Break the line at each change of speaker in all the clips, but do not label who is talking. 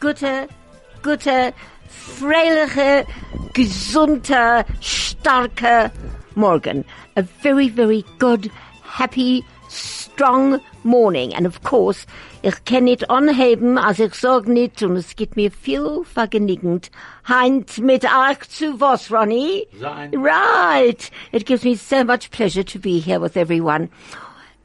gute, gute, freiliche, gesunde, starke Morgen. A very, very good, happy, strong morning. And of course, ich kann nicht anheben, als ich sag nicht, und es gibt mir viel vergnügend, Heinz mit euch zu was, Ronnie?
Sein.
Right. It gives me so much pleasure to be here with everyone.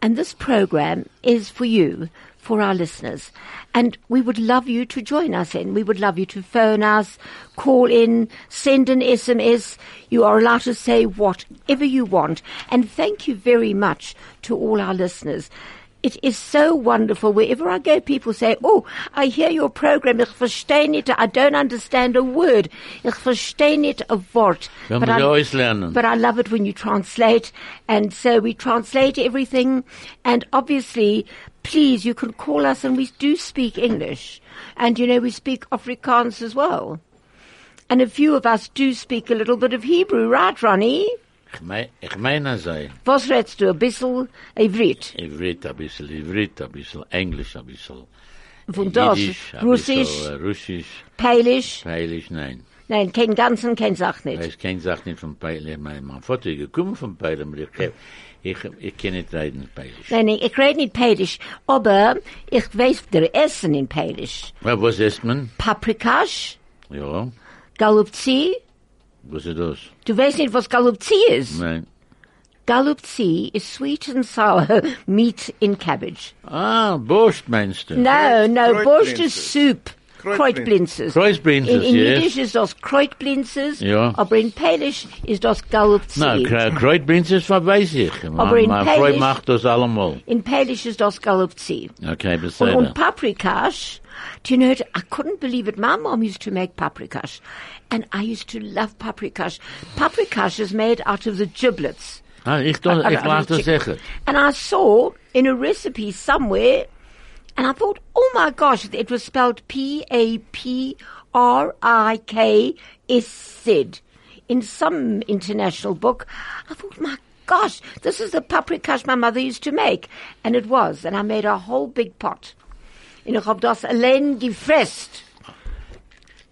And this program is for you, for our listeners. And we would love you to join us in. We would love you to phone us, call in, send an SMS. You are allowed to say whatever you want. And thank you very much to all our listeners. It is so wonderful. Wherever I go, people say, Oh, I hear your program. Ich verstehe nicht. I don't understand a word. Ich verstehe nicht a Wort.
Wenn
But
wir
I-
alles lernen.
But I love it when you translate. And so we translate everything. And obviously, please, you can call us and we do speak English. And you know, we speak Afrikaans as well. And a few of us do speak a little bit of Hebrew, right, Ronnie?
Ich, mei, ich meine sei,
Was redst du? A bissel Ivrit.
Ivrit ein bisschen, Ivrit ein bisschen, Englisch ein bisschen.
Von das,
Jiddisch ein
Russisch,
bisschen, äh, Russisch,
Peilisch.
Peilisch, nein.
Nein, kein Ganzen, kein Sach nicht.
Ich kenne Sachen nicht von Peilisch. Mein, mein Vater ist gekommen von Peilisch, aber ich, kann- ich, ich kann nicht reden Peilisch.
Nein, nein, ich rede nicht Peilisch. Aber ich weiß der Essen in Peilisch.
Aber was isst man?
Paprikasch,
Ja,
Galupzi,
was ist das?
Du weißt nicht, was Galupzi ist.
Nein.
Galupzi is sweet and sour meat in cabbage.
Ah, Borscht meinst du?
No, no,
Kreutblinzes.
borscht is soup.
Kreutblinzes.
Kreutblinzes. In,
Kreuzbrinzes,
in
yes.
Yiddish is das Kreutblinzes,
Ja.
aber in Polish is das Galupzi.
Na, Kre- Kreuzbrinzes verweis ich.
Aber in
Mein Freund
Peilisch-
macht das allemal.
in Polish is das Galupzi.
Okay, bis
Und,
dann.
und paprikash. Do you know it? I couldn't believe it. My mom used to make paprikash, and I used to love paprikash. Paprikash is made out of the giblets.
Ah, ich, doch,
I- I-
ich
I-
lass das
chick-
sicher.
And I saw in a recipe somewhere, and I thought, oh my gosh, it was spelled P A P R I K S Z. In some international book, I thought, my gosh, this is the paprikash my mother used to make. And it was, and I made a whole big pot. In a das alleen gefrest.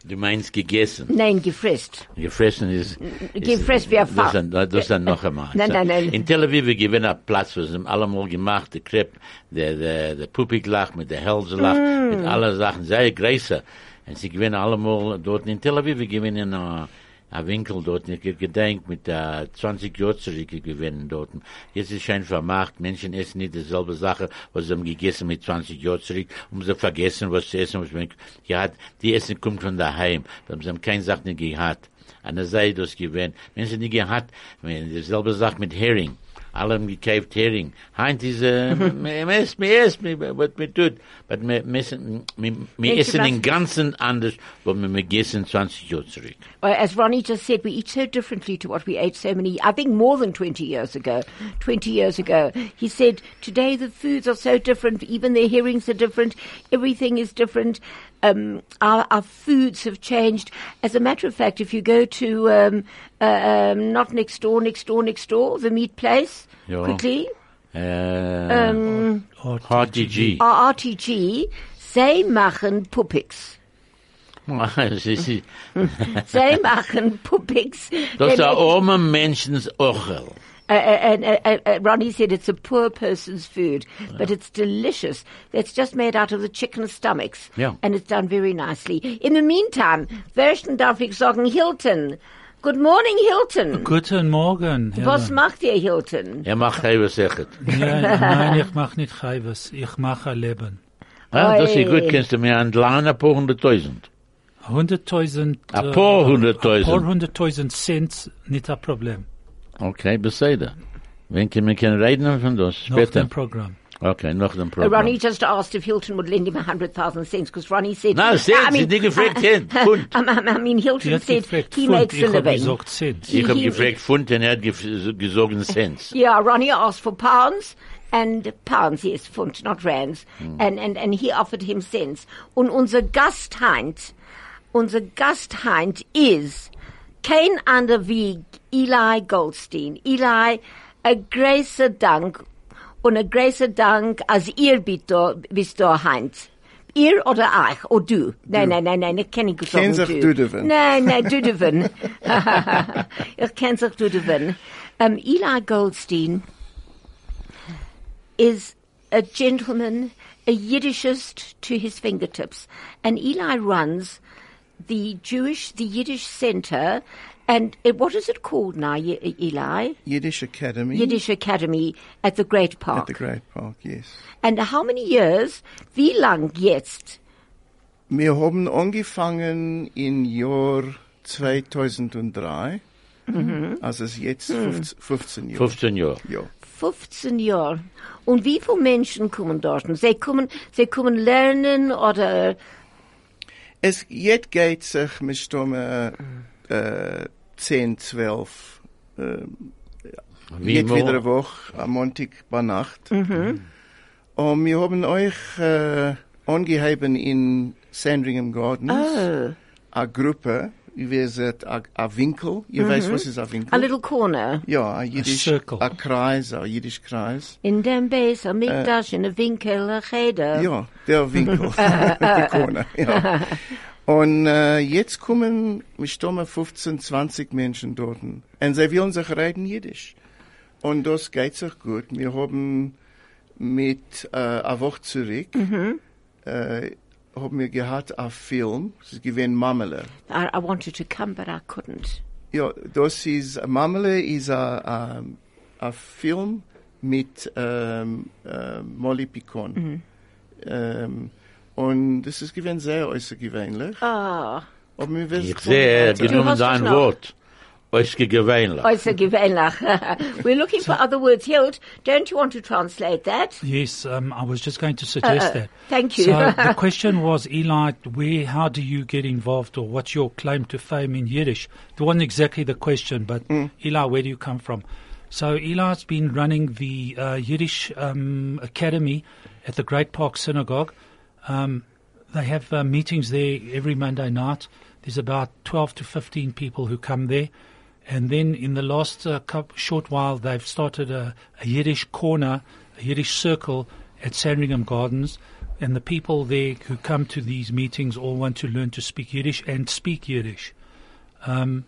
Du meinst gegessen.
Nein, gefrest.
Gefressen ist...
Gefressen wie ein
Das
Pfau.
ist ein- das ist ein noch einmal.
Nein, nein, nein.
In Tel Aviv wir gewinnen einen Platz, was haben alle mal gemacht, der Krepp, der, der, der Pupiklach, mit der Hälselach, mit allen Sachen, sehr größer. Und sie gewinnen alle mal dort in Tel Aviv, wir gewinnen einen, einen Winkel dort, ich hab gedenkt, mit der 20 Jahren zurück gewinnen dort. Jetzt ist schön vermacht, Menschen essen nicht dieselbe Sache, was sie haben gegessen mit 20 Jahren zurück, um sie vergessen, was zu essen, was man gehabt. Die Essen kommt von daheim, sie haben keine Sache nicht gehabt. An der Seite das gewähnt. Wenn sie nicht gehabt, wenn dieselbe Sache mit Hering. Alle haben gekauft Hering. Heint ist, äh, mir esst, mir esst, mir, was mir tut. Aber mir, mir, essen- mir, mir
Welche
essen
Rasse?
den Ganzen anders, wo mir mir gessen 20 Jahre zurück.
Well, Uh, as Ronnie just said, we eat so differently to what we ate so many, I think more than 20 years ago. 20 years ago. He said, today the foods are so different, even their hearings are different, everything is different, um, our, our foods have changed. As a matter of fact, if you go to, um, uh, um, not next door, next door, next door, the meat place,
Yeah.
quickly,
Äh, HTG.
our RTG, they machen Puppiks.
Das ist
They machen Puppiks.
das ist
They
ein
make-
armer Menschensochel.
Uh, uh, and uh, uh, uh, Ronnie said it's a poor person's food, but it's delicious. It's just made out of the chicken stomachs.
Yeah.
And it's done very nicely. In the meantime, Version darf ich sagen, Hilton. Good morning, Hilton.
Guten Morgen. Helen.
Was macht ihr, Hilton?
Er macht halbe Sache.
Ja, ja, nein, ich mache nicht Chaiwas, ich mache ein Leben.
Ah, das ist
Oi.
gut, kannst du mir anleihen ein paar hunderttausend.
100.000...
Ein paar hunderttausend.
äh, Ein paar hunderttausend Cent, nicht ein Problem.
Okay, beseder. Wenn kann man kann reden von das
Nach
später.
dem Programm.
Okay, noch dem
Uh,
Programm.
Ronnie just asked if Hilton would lend him a hundred thousand cents because Ronnie said,
No, cents,
I mean,
he didn't reflect cents, pund.
I, I, I mean,
Die
Hilton
hat
said
gefragt,
he
Pfund,
makes a
ich habe
living.
gesagt Cent.
Ich habe
He-
gefragt Pfund und er hat gef- gesagt einen Cent.
Yeah, Ronnie asked for pounds and pounds, yes, pfund, not rands. And, and, and he offered him cents. Und unser Gast Heinz, unser Gast Heinz is kein ander wie Eli Goldstein. Eli, a gracer Dank und a gracer Dank als ihr bito- bist du Heinz. ihr oder ich, oder du. Nein, nein, nein, nein, ich kann nicht sagen
Ken sich Dudeven.
Nein, nein, Dudeven. ich kann sich Dudeven. Um, Eli Goldstein is a gentleman, a Yiddishist to his fingertips. And Eli runs the Jewish, the Yiddish Center, and it, what is it called now, Ye- Eli?
Yiddish Academy
Yiddish Academy at the Great Park.
at the Great Park, yes.
And how many years? Wie lang jetzt?
Wir haben angefangen im Jahr 2003.
Mhm.
Also es ist jetzt 15, 15 Jahre.
15 Jahre.
Ja.
15 Jahre. Und wie viele Menschen kommen dort? Sie kommen, sie kommen lernen oder
Es jetzt geht sich mit Stumme äh, 10, 12, äh,
Wie
jetzt
mo-
wieder eine Woche, am Montag bei Nacht.
Mhm.
Und wir haben euch äh, angeheben in Sandringham Gardens,
Oh.
eine Gruppe, wir sind ein ein Winkel, ihr wisst, was ist ein Winkel?
Mhm. a little corner?
Ja, ein jiddisch,
circle.
ein Kreis, ein jiddisch Kreis.
In dem Base, am Mikdash,
Uh,
in der Winkel, a Cheder.
Ja, der Winkel, die Corner, ja. Und äh, jetzt kommen, wir stammen 15, 20 Menschen dort. Und sie wollen sich reden Jiddisch. Und das geht sich gut. Wir haben mit äh, einer Woche zurück, äh, haben wir gehabt einen Film, es gewesen Mamele.
I, I wanted to come, but I couldn't.
Ja, das ist, Mamele ist ein- ein ein Film mit ähm, äh, Molly Picon. Ähm, und das ist gewesen sehr äußergewöhnlich.
Ah,
Aber wir wissen-
Ich sehe,
Ja.
Du
genommen
hast
dein
es noch.
Wort. Ausgegewöhnlich.
äußergewöhnlich. We're looking for other words. Hilt, don't you want to translate that?
Yes, um, I was just going to suggest
Uh, uh,
that.
thank you.
So the question was, Eli, where, how do you get involved, or what's your claim to fame in Yiddish? It wasn't exactly the question, but
Mm.
Eli, where do you come from? So Eli's been running the uh, Yiddish um, Academy at the Great Park Synagogue. Um, they have uh, meetings there every Monday night. There's about 12 to 15 people who come there. And then in the last uh, coup short while, they've started a, a Yiddish corner, a Yiddish circle at Sandringham Gardens. And the people there who come to these meetings all want to learn to speak Yiddish and speak Yiddish. Um,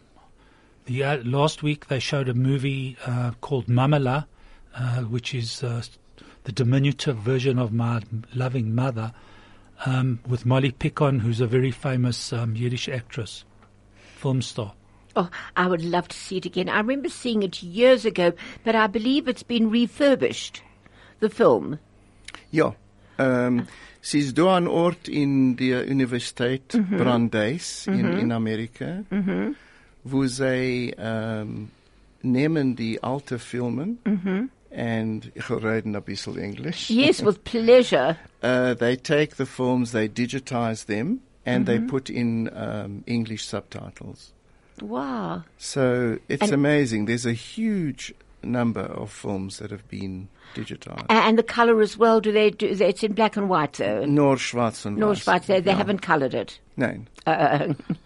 The uh, last week they showed a movie uh, called Mamala, uh, which is uh, s- the diminutive version of my loving mother, um, with Molly Picon, who's a very famous um, Yiddish actress, film star.
Oh, I would love to see it again. I remember seeing it years ago, but I believe it's been refurbished, the film.
Ja. Ähm, sie ist da an Ort in der Universität Brandeis in, in Amerika, wo sie ähm, nehmen die alten Filme und ich rede ein bisschen Englisch.
Yes, with pleasure.
Uh, they take the films, they digitize them,
Mm-hmm.
and they put in um, English subtitles.
Wow.
So it's
And-
amazing. There's a huge number of films that have been digitized.
A- And the colour as well, do they do, it's in black and white though.
Nor Schwarz and
No,
Weiß.
Schwarz, they, they
No.
haven't coloured it.
Nein.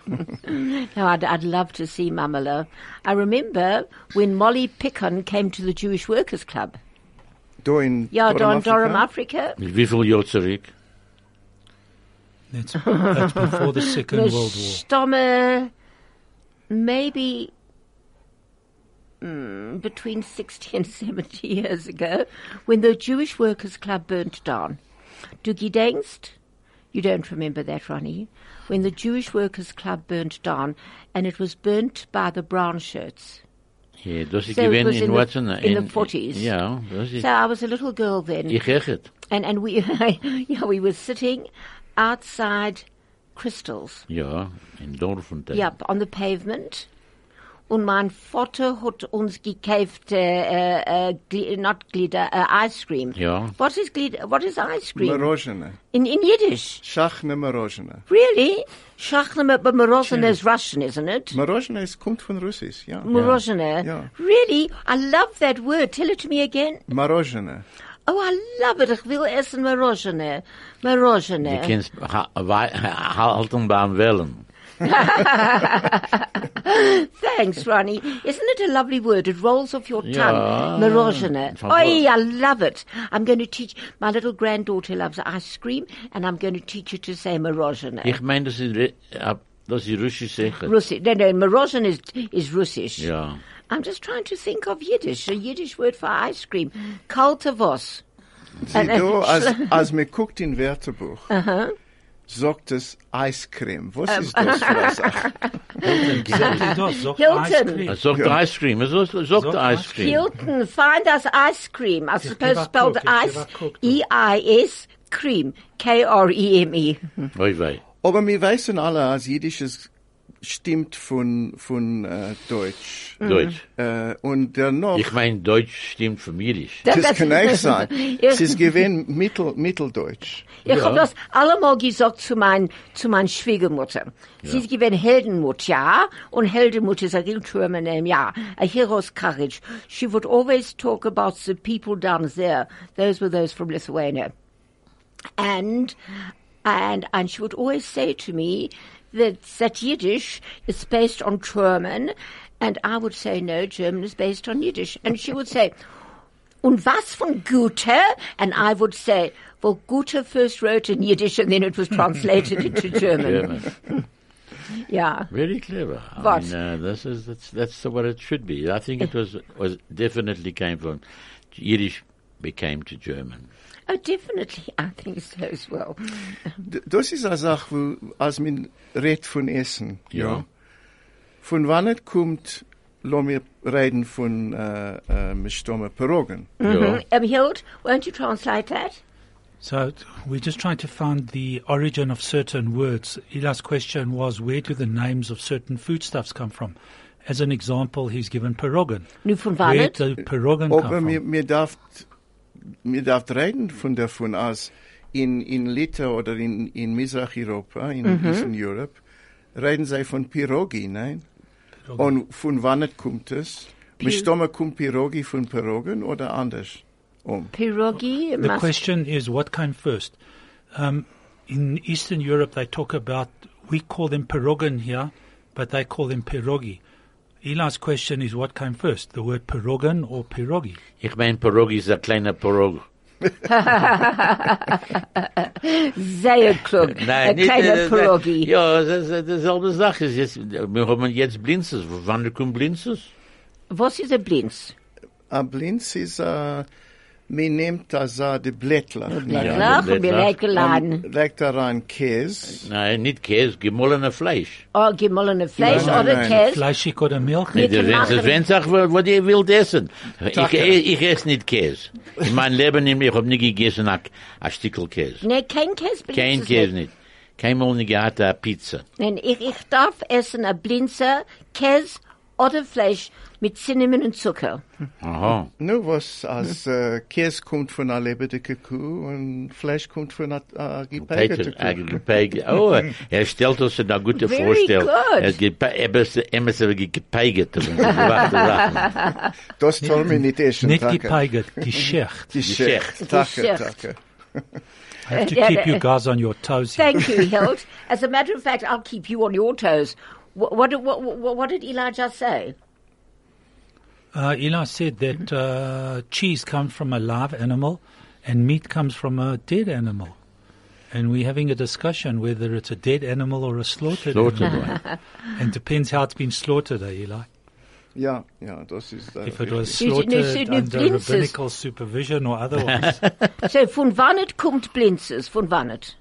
No, I'd, I'd love to see Mamalo. I remember when Molly Pickon came to the Jewish Workers Club.
Da in
Yeah, Don Durham,
Afrika.
Africa.
Mit wie viel Jahr zurück?
That's, that's before the Second
The
World War.
Stommer, maybe mm, between 60 and 70 years ago, when the Jewish Workers Club burnt down. Du gedenkst? You don't remember that, Ronnie. When the Jewish Workers Club burnt down, and it was burnt by the brown shirts.
Ja, das ist
So it
gewesen
was in
in
the-
Watson.
in the 40s.
Ja, das ist.
So I was a little girl then.
Ich echt.
And, and we, yeah, we were sitting outside Crystals.
Ja, in Dorfenteil.
Yep, on the pavement. Und mein Vater hat uns gekauft, äh, äh, Gli not Glieder, äh, Ice Cream.
Ja.
What is Glieder, what is Ice Cream?
Morozhene.
in, in Yiddish.
Schachne Morozhene.
Really? Schachne, but Morozhene is Russian, isn't it?
Morozhene is, kommt von Russisch, ja.
Morozhene.
Yeah.
Really? I love that word. Tell it to me again.
Morozhene.
Oh, I love it. Ich will essen Morozhene. Morozhene.
Du kennst ha- wei- halten beim Wellen.
Thanks, Ronnie. Isn't it a lovely word? It rolls off your
Yeah.
tongue. Morozhene.
Favor-
Oi, I love it. I'm going to teach, my little granddaughter loves ice cream, and I'm going to teach her to say morozhene.
Ich meine, das ist, Re- äh, das ist Russisch sicher.
Russisch. No, no, morozhene is, is Russisch.
Ja.
I'm just trying to think of Yiddish, a Yiddish word for ice cream. Kaltavos.
Sie do, als, als man guckt in Wörterbuch, sagt es Eiscreme. Was ist
Um,
das für eine Sache?
Exactly, das, sagt
Hilton.
ice cream.
Er sagt Ice Cream, er sagt- er sagt
Sagt
Ice
Ice
Cream.
Hilton, find us ice cream. I suppose
give a
spelled
cook, I give
ice,
a cook.
E-I-S, cream, E K-R-E-M-E.
Oi wei.
Aber wir wissen alle, als Jiddisches stimmt von, von äh, Deutsch.
Deutsch.
Äh, und dennoch,
Ich meine, Deutsch stimmt für Jiddisch.
das kann echt sein.
Ja.
Es ist gewesen Mittel, Mitteldeutsch.
Ich
Ja.
hab das allemal gesagt zu mein, zu mein Schwiegermutter. Sie ist gewesen Heldenmut, ja, und Heldenmut is a real German name, ja, a hero's courage. She would always talk about the people down there. Those were those from Lithuania. And, and, and she would always say to me that, that Yiddish is based on German, and I would say, no, German is based on Yiddish. And she would say, Und was von Goethe? And I would say, well, Goethe first wrote in Yiddish and then it was translated into German.
German.
Yeah.
Very clever. I
What?
mean, uh, this is that's that's what it should be. I think it was was definitely came from Yiddish became to German.
Oh, definitely. I think so as well.
D- Das ist eine Sache, wo, als man redet von Essen.
Ja.
Von wann es kommt, lassen wir reden von, äh, äh, mit Stomme Pirogen.
Ja.
Um, Hild, won't you translate that?
So t- we're just trying to find the origin of certain words. Ila's question was, where do the names of certain foodstuffs come from? As an example, he's given pierogan.
Nu von
Where
Wallet?
do pierogan come
Aber mir,
from?
mir darf, mir darf reden von davon aus, in, in Litauen oder in, in Mitteleuropa, in Eastern Europe, reden sie von Pirogi, nein? Und von wann es kommt es? Mit Stomme kommt Pirogi von Pirogen oder anders? Um.
Pierogi?
The
must-
question is, what came first? Um, in Eastern Europe, they talk about, we call them pierogan here, but they call them pierogi. Eli's question is, what came first, the word pierogan or pierogi?
Ich meine, Pierogi ist ein kleiner Pierog.
Sehr klug. A
nicht,
kleiner
äh,
Pierogi.
Ja, das ist dieselbe Sache. Es ist Jetzt, wir haben jetzt Blinzes. Wann kommt Blinzes?
Was ist ein Blinz?
A Blinz ist, äh, mir nimmt das, äh, die Blättlach.
Ja,
Lach und wir
Blättlach.
weggeladen.
Legt da rein Käse.
Nein, nicht Käse, gemollener Fleisch.
Oh, gemollene Fleisch
Nein,
oder
nein.
Käse.
Fleischig oder Milch?
Nee,
Wir
das
machen-
ist Wenzach, wo wo die wild essen. Ich,
Tacke.
ich, ich esse nicht Käse. In meinem Leben, ich habe nie gegessen ein ein Stückel Käse.
Nee, kein Käse. Blinz
Kein
ist
Käse nicht. Keinmal nicht gehabt eine Pizza.
Nein, ich, ich darf essen ein Blinzer, Käse oder Fleisch mit Cinnamon und Zucker.
Aha.
Nur was als äh, Käse kommt von einer lebendigen Kuh und Fleisch kommt von einer äh,
Peter,
gepeiteten Kuh.
gepeigert. Oh, er stellt uns eine gute
Very
Vorstellung.
good.
Er gepe- er ist er ist aber gepeigert. aber gebrachte Sachen.
Das soll mir nicht essen.
Nicht
danke.
gepeigert, geschächt.
Geschäft.
Geschäft.
Danke,
Geschäft.
danke.
I have to
Yeah,
keep
but-
you guys on your toes here.
Thank you, Hilt. As a matter of fact, I'll keep you on your toes. What, what, did- what, what, what did Eli just say?
Uh, Eli said that uh, cheese comes from a live animal and meat comes from a dead animal. And we're having a discussion whether it's a dead animal or a slaughtered
Slaughtered
animal. and depends how it's been slaughtered, eh, Eli.
Ja, ja, das ist. Äh,
If Oh, it was
You should- you should
slaughtered
do
under
blintzes.
rabbinical supervision or otherwise.
So, von wannet kommt Blinzes? Von wannet?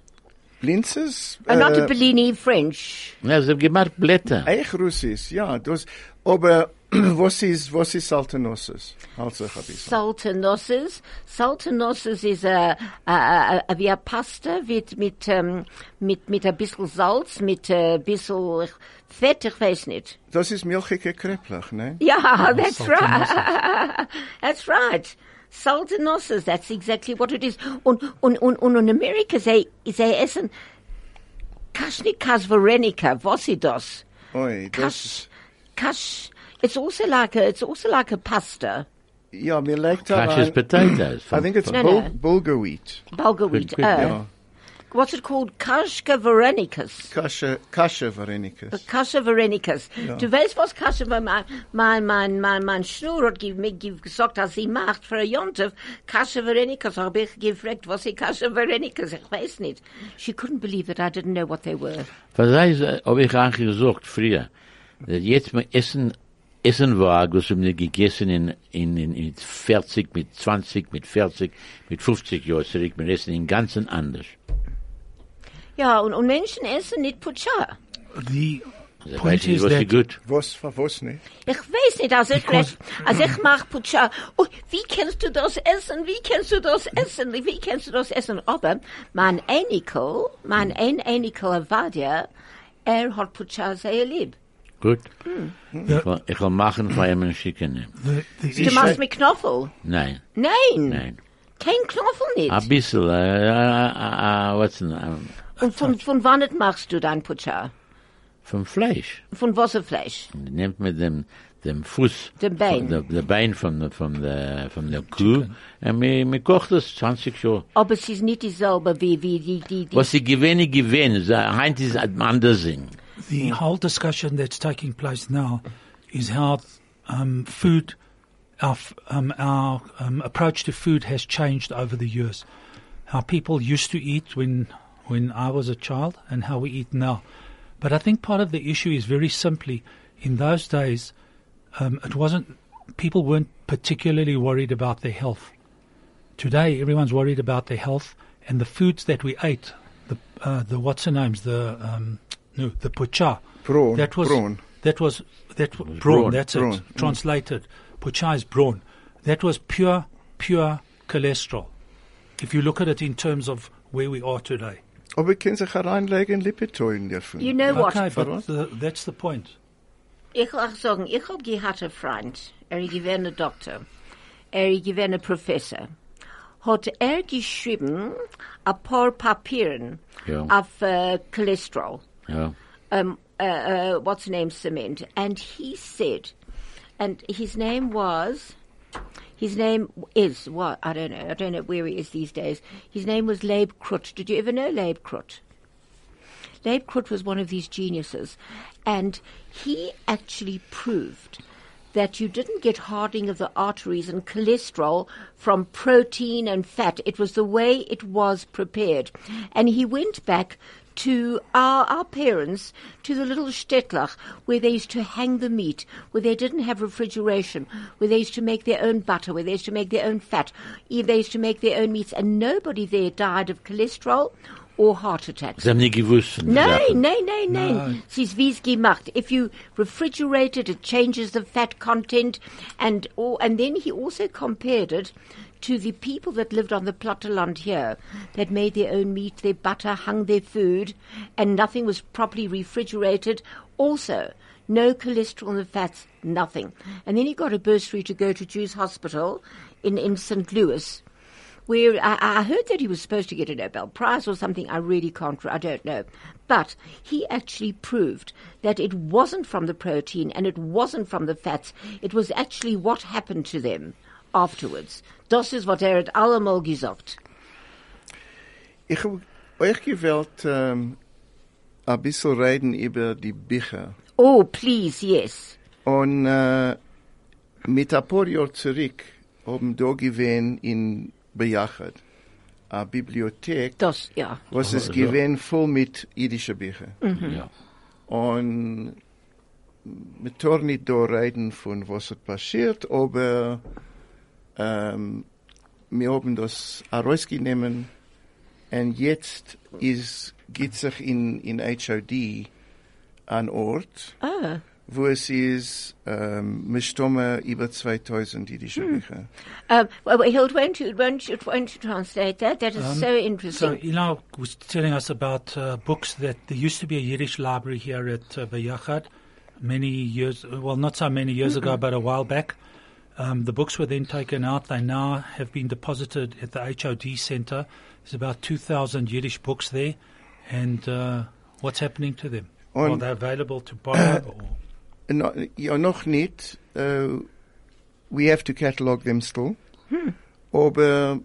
Blinzes?
Uh, not a
Äh,
Bellini French.
Na, sie haben gemacht Blätter.
Eich Russisch, ja. Das, aber was ist, was ist Saltenosses? Also, hab ich gesagt.
Saltanosses. Saltanosses is a, a, a, a, wie a Pasta mit, mit, ähm, mit, mit a bissl Salz, mit a bissl Fett, ich weiß nicht.
Das ist milchige Kreplach, ne?
Yeah, that's
Salted
right. that's right. Saltanosses, that's exactly what it is. Und, und, und, und in Amerika, sie, sie essen Kaschnikas Verenica. Was ist das?
Oi, das.
Kasch, Kasch. It's also like a, it's also like a pasta.
Ja, mir legt da
nou,
Cash is
rein.
potatoes.
I think it's
No,
Bul
no.
Bulgar wheat.
Bulgur wheat.
Good, good,
uh,
Ja.
what's it called? Kashka Veronicus.
Kasche, Kasche, Verenikus.
Kasha Veronicus. Du weißt, was Kasha bei mein, mein, mein, mein, mein Schnur hat ge- mir ge- gesagt, dass sie macht für Jontef. Kasha Veronicus. Hab ich gefragt, was ist Kasha Veronicus? Ich weiß nicht. She couldn't believe that I didn't know what they were.
Was heißt, ob ich angesucht früher, dass Eh, jetzt mein Essen, Essen war, was ich mir gegessen in, in, in, in 40, mit 20, mit 40, mit 50 Jahren zurück, mein Essen im Ganzen anders.
Ja, und, und Menschen essen nicht Putscha.
The
Ich
point
weiß nicht,
is
was sie
that
gut.
Was, für was nicht?
Ich weiß nicht, als ich,
Because-
als ich mach Putscha, oh, wie kannst du das essen? Wie kannst du das essen? Wie kannst du das essen? Aber mein Enkel, mein ein Enkel Avadia, er hat Putscha sehr lieb.
Gut. Ich will, ich will machen von einem Schicken.
the, the
Du machst
issue,
mit Knoffel.
Nein,
Nein,
nein.
kein Knoffel
Ein
nicht.
bisschen, äh, äh, äh, äh, what's denn, äh,
Und von, von wann nicht machst du dein Putscha?
vom Fleisch.
Von Wasserfleisch.
Nehmt mit dem, dem Fuß,
Dem Bein.
der, der Bein von der, von der, von der Kuh, und mir, mir kocht das 20 Jahre.
Aber es ist nicht dieselbe wie, wie die, die, die.
Was sie gewähne, gewähne, sie heint ist ein anderes Sinn.
the whole discussion that's taking place now is how um, food, our f- um, our um, approach to food has changed over the years. How people used to eat when when I was a child, and how we eat now. But I think part of the issue is very simply, in those days, um, it wasn't people weren't particularly worried about their health. Today, everyone's worried about their health and the foods that we ate. The uh, the what's the names? The um, no, the pucha.
Prawn,
That was
prawn. Mm.
that was that was brawn.
brawn,
That's
brawn.
it. Translated, pucha is brawn. That was pure pure cholesterol. If you look at it in terms of where we are today.
Aber können sich hereinlegen Lipitoin dafür.
You know what?
Okay, but
What?
the, that's the point.
Ich will auch sagen, ich hab gehabt einen Freund, er gewesen ein Doktor, er gewesen ein Professor. Hat er geschrieben, ein paar Papieren
Ja.
auf äh, Cholesterol,
Ja.
um, uh, uh, what's the name, cement. And he said, and his name was, his name is, what, I don't know, I don't know where he is these days. His name was Leib Krut. Did you ever know Leib Krut? Leib Krut was one of these geniuses, and he actually proved that you didn't get hardening of the arteries and cholesterol from protein and fat. It was the way it was prepared. And he went back to our, our parents, to the little Stettlach, where they used to hang the meat, where they didn't have refrigeration, where they used to make their own butter, where they used to make their own fat, e- they used to make their own meats, and nobody there died of cholesterol or heart attacks.
Sie haben nicht gewusst. von den
Nein,
Sachen.
nein, nein, nein.
Nein.
Sie ist wie es gemacht. If you refrigerate it, it changes the fat content. And, all, and then he also compared it to the people that lived on the Platteland here, that made their own meat, their butter, hung their food, and nothing was properly refrigerated. Also, no cholesterol in the fats, nothing. And then he got a bursary to go to Jews Hospital in, in St. Louis where I, I heard that he was supposed to get a Nobel Prize or something. I really can't, I don't know. But he actually proved that it wasn't from the protein and it wasn't from the fats. It was actually what happened to them afterwards. Das ist was er hat allemal gesagt.
Ich hab euch gewählt, ähm, ein bisschen reden über die Bücher.
Oh, please, yes.
Und äh, mit ein paar Jahren zurück haben da gewesen in Bejachet, eine Bibliothek,
Das, ja.
was es
ja.
gewesen voll mit jüdischen Büchern.
Mhm.
Ja.
Und mit Tor nicht da reden von was hat passiert, aber ähm, wir haben das herausgenommen und jetzt ist, gibt sich in, in HOD an Ort,
Ah.
wo es ist, ähm, wir stammen über 2000 jüdische Bücher.
Um, well, well, Hild, won't you, won't, you, won't you translate that? That is so
So
interesting.
Ilan was telling us about uh, books that there used to be a Yiddish library here at uh, Bayachad many years, well, not so many years ago, but a while back. Um, the books were then taken out. They now have been deposited at the HOD Center. There's about 2,000 Yiddish books there. And uh, what's happening to them? Are
On-
they available to borrow? or?
No, ja, noch nicht.
Hmm.
Uh, we have to catalog them still. Aber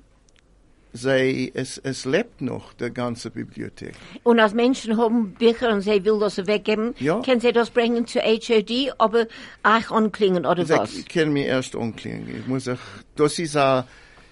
sei, es, es lebt noch, der ganze Bibliothek.
Und als Menschen haben Bücher und sie will das weggeben,
Ja.
können sie das bringen zu HOD, aber auch anklingen oder
Sie
was?
können mir erst anklingen. Ich muss auch, das ist ein,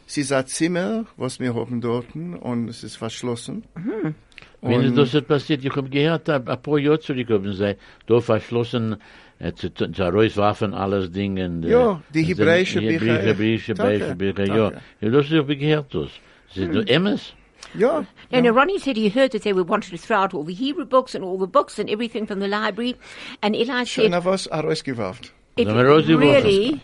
es ist ein Zimmer, was wir haben dort, und es ist verschlossen.
Hmm.
Wenn
Und-
es das hat passiert, ich habe gehört, ein ein paar Jahre zurück haben sie da verschlossen, äh, zu zu- zu Reuswaffen, alles Dinge. und, äh,
Ja, die
und sie-
hebräische
die
Bücher.
Hebräische, hebräische
Danke,
Bücher, ja.
danke.
Ja, das habe ich gehört, das. Sie
Mhm.
sind Emmes.
Ja.
And Ronnie said he heard that they were wanting to throw out all the Hebrew books and all the books and everything from the library. And Eli
Und
said,
er was herausgeworfen.
it
Dann haben wir rausgeworfen.
really,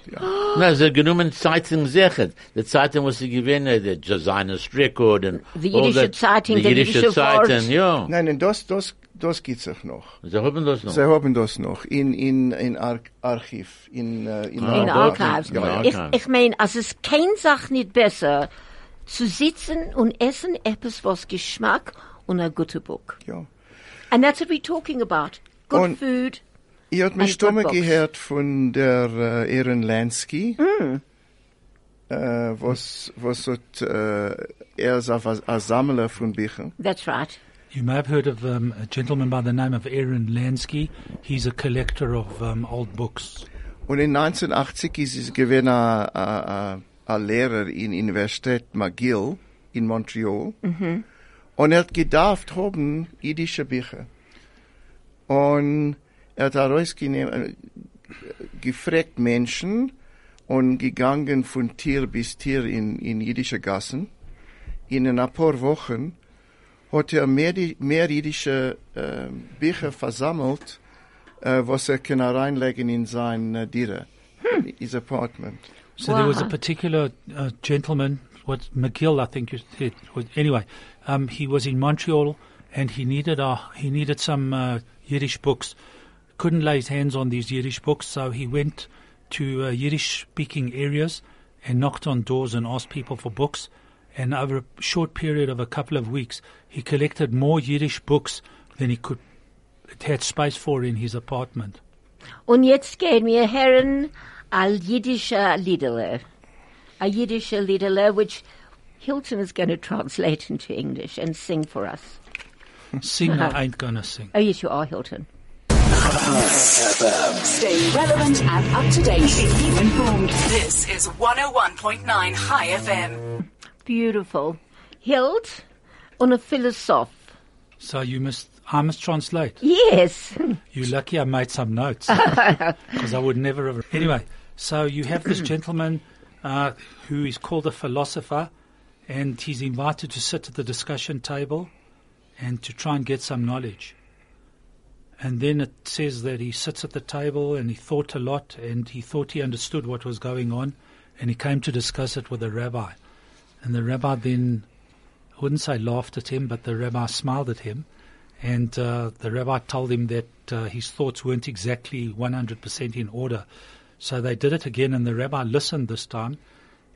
Na, sie haben genommen Zeitung sicher. Die Zeitung, was sie gewinnen, der Josina Strickwood und
Die
all
jüdische
that-
Zeitung,
die
der jüdische
jüdische Zeitung,
Wort.
ja.
Nein, nein, das, das, das gibt's auch noch.
Sie haben das noch.
Sie haben das noch in, in, in Ar Archiv, in, äh, in,
in
Ja,
archives. genau.
ja, ja.
Ich, ich meine, als es kein Sach nicht besser, zu sitzen und essen etwas, was Geschmack und ein guter Buch.
Ja.
And that's what we're talking about. Good
Und-
food.
Ich habe mich
Ein Good
Stimme
Box.
gehört von der äh, Erin Lansky, äh, was, was hat, äh, er ist ein ein Sammler von Büchern.
That's right.
You may have heard of um, a gentleman by the name of Aaron Lansky. He's a collector of um, old books.
Und in 1980 ist es gewesen ein- ein ein- ein Lehrer in Universität McGill in Montreal. Und er hat gedacht haben jüdische Bücher. Und er hat herausgenommen, gefragt Menschen und gegangen von Tier bis Tier in, in jüdische Gassen. In ein paar Wochen hat er mehr, di- mehr jüdische ähm, Bücher versammelt äh, was er kann reinlegen in sein äh, Dire,
Hm.
in his apartment.
So there was a
Wow.
particular uh, gentleman, what McGill, I think you said. was- Anyway, um, he was in Montreal and he needed uh, he needed some uh, Yiddish books. Couldn't lay his hands on these Yiddish books, so he went to uh, Yiddish-speaking areas and knocked on doors and asked people for books. And over a short period of a couple of weeks, he collected more Yiddish books than he could had space for in his apartment.
Und jetzt gehen wir Herren al jiddische Liederle. A jiddische Liederle, which Hilton is going to translate into English and sing for us.
Sing, I ain't gonna sing.
Oh, yes, you are, Hilton.
Stay relevant and up to date. Keep informed. This is 101.9 High FM.
Beautiful. Hilt und a Philosoph.
So you must, I must translate.
Yes.
You're lucky I made some notes because I would never have. Anyway, so you have this gentleman uh, who is called a philosopher, and he's invited to sit at the discussion table and to try and get some knowledge. And then it says that he sits at the table and he thought a lot and he thought he understood what was going on and he came to discuss it with the rabbi. And the rabbi then, I wouldn't say laughed at him, but the rabbi smiled at him. And uh, the rabbi told him that uh, his thoughts weren't exactly 100% in order. So they did it again, and the rabbi listened this time.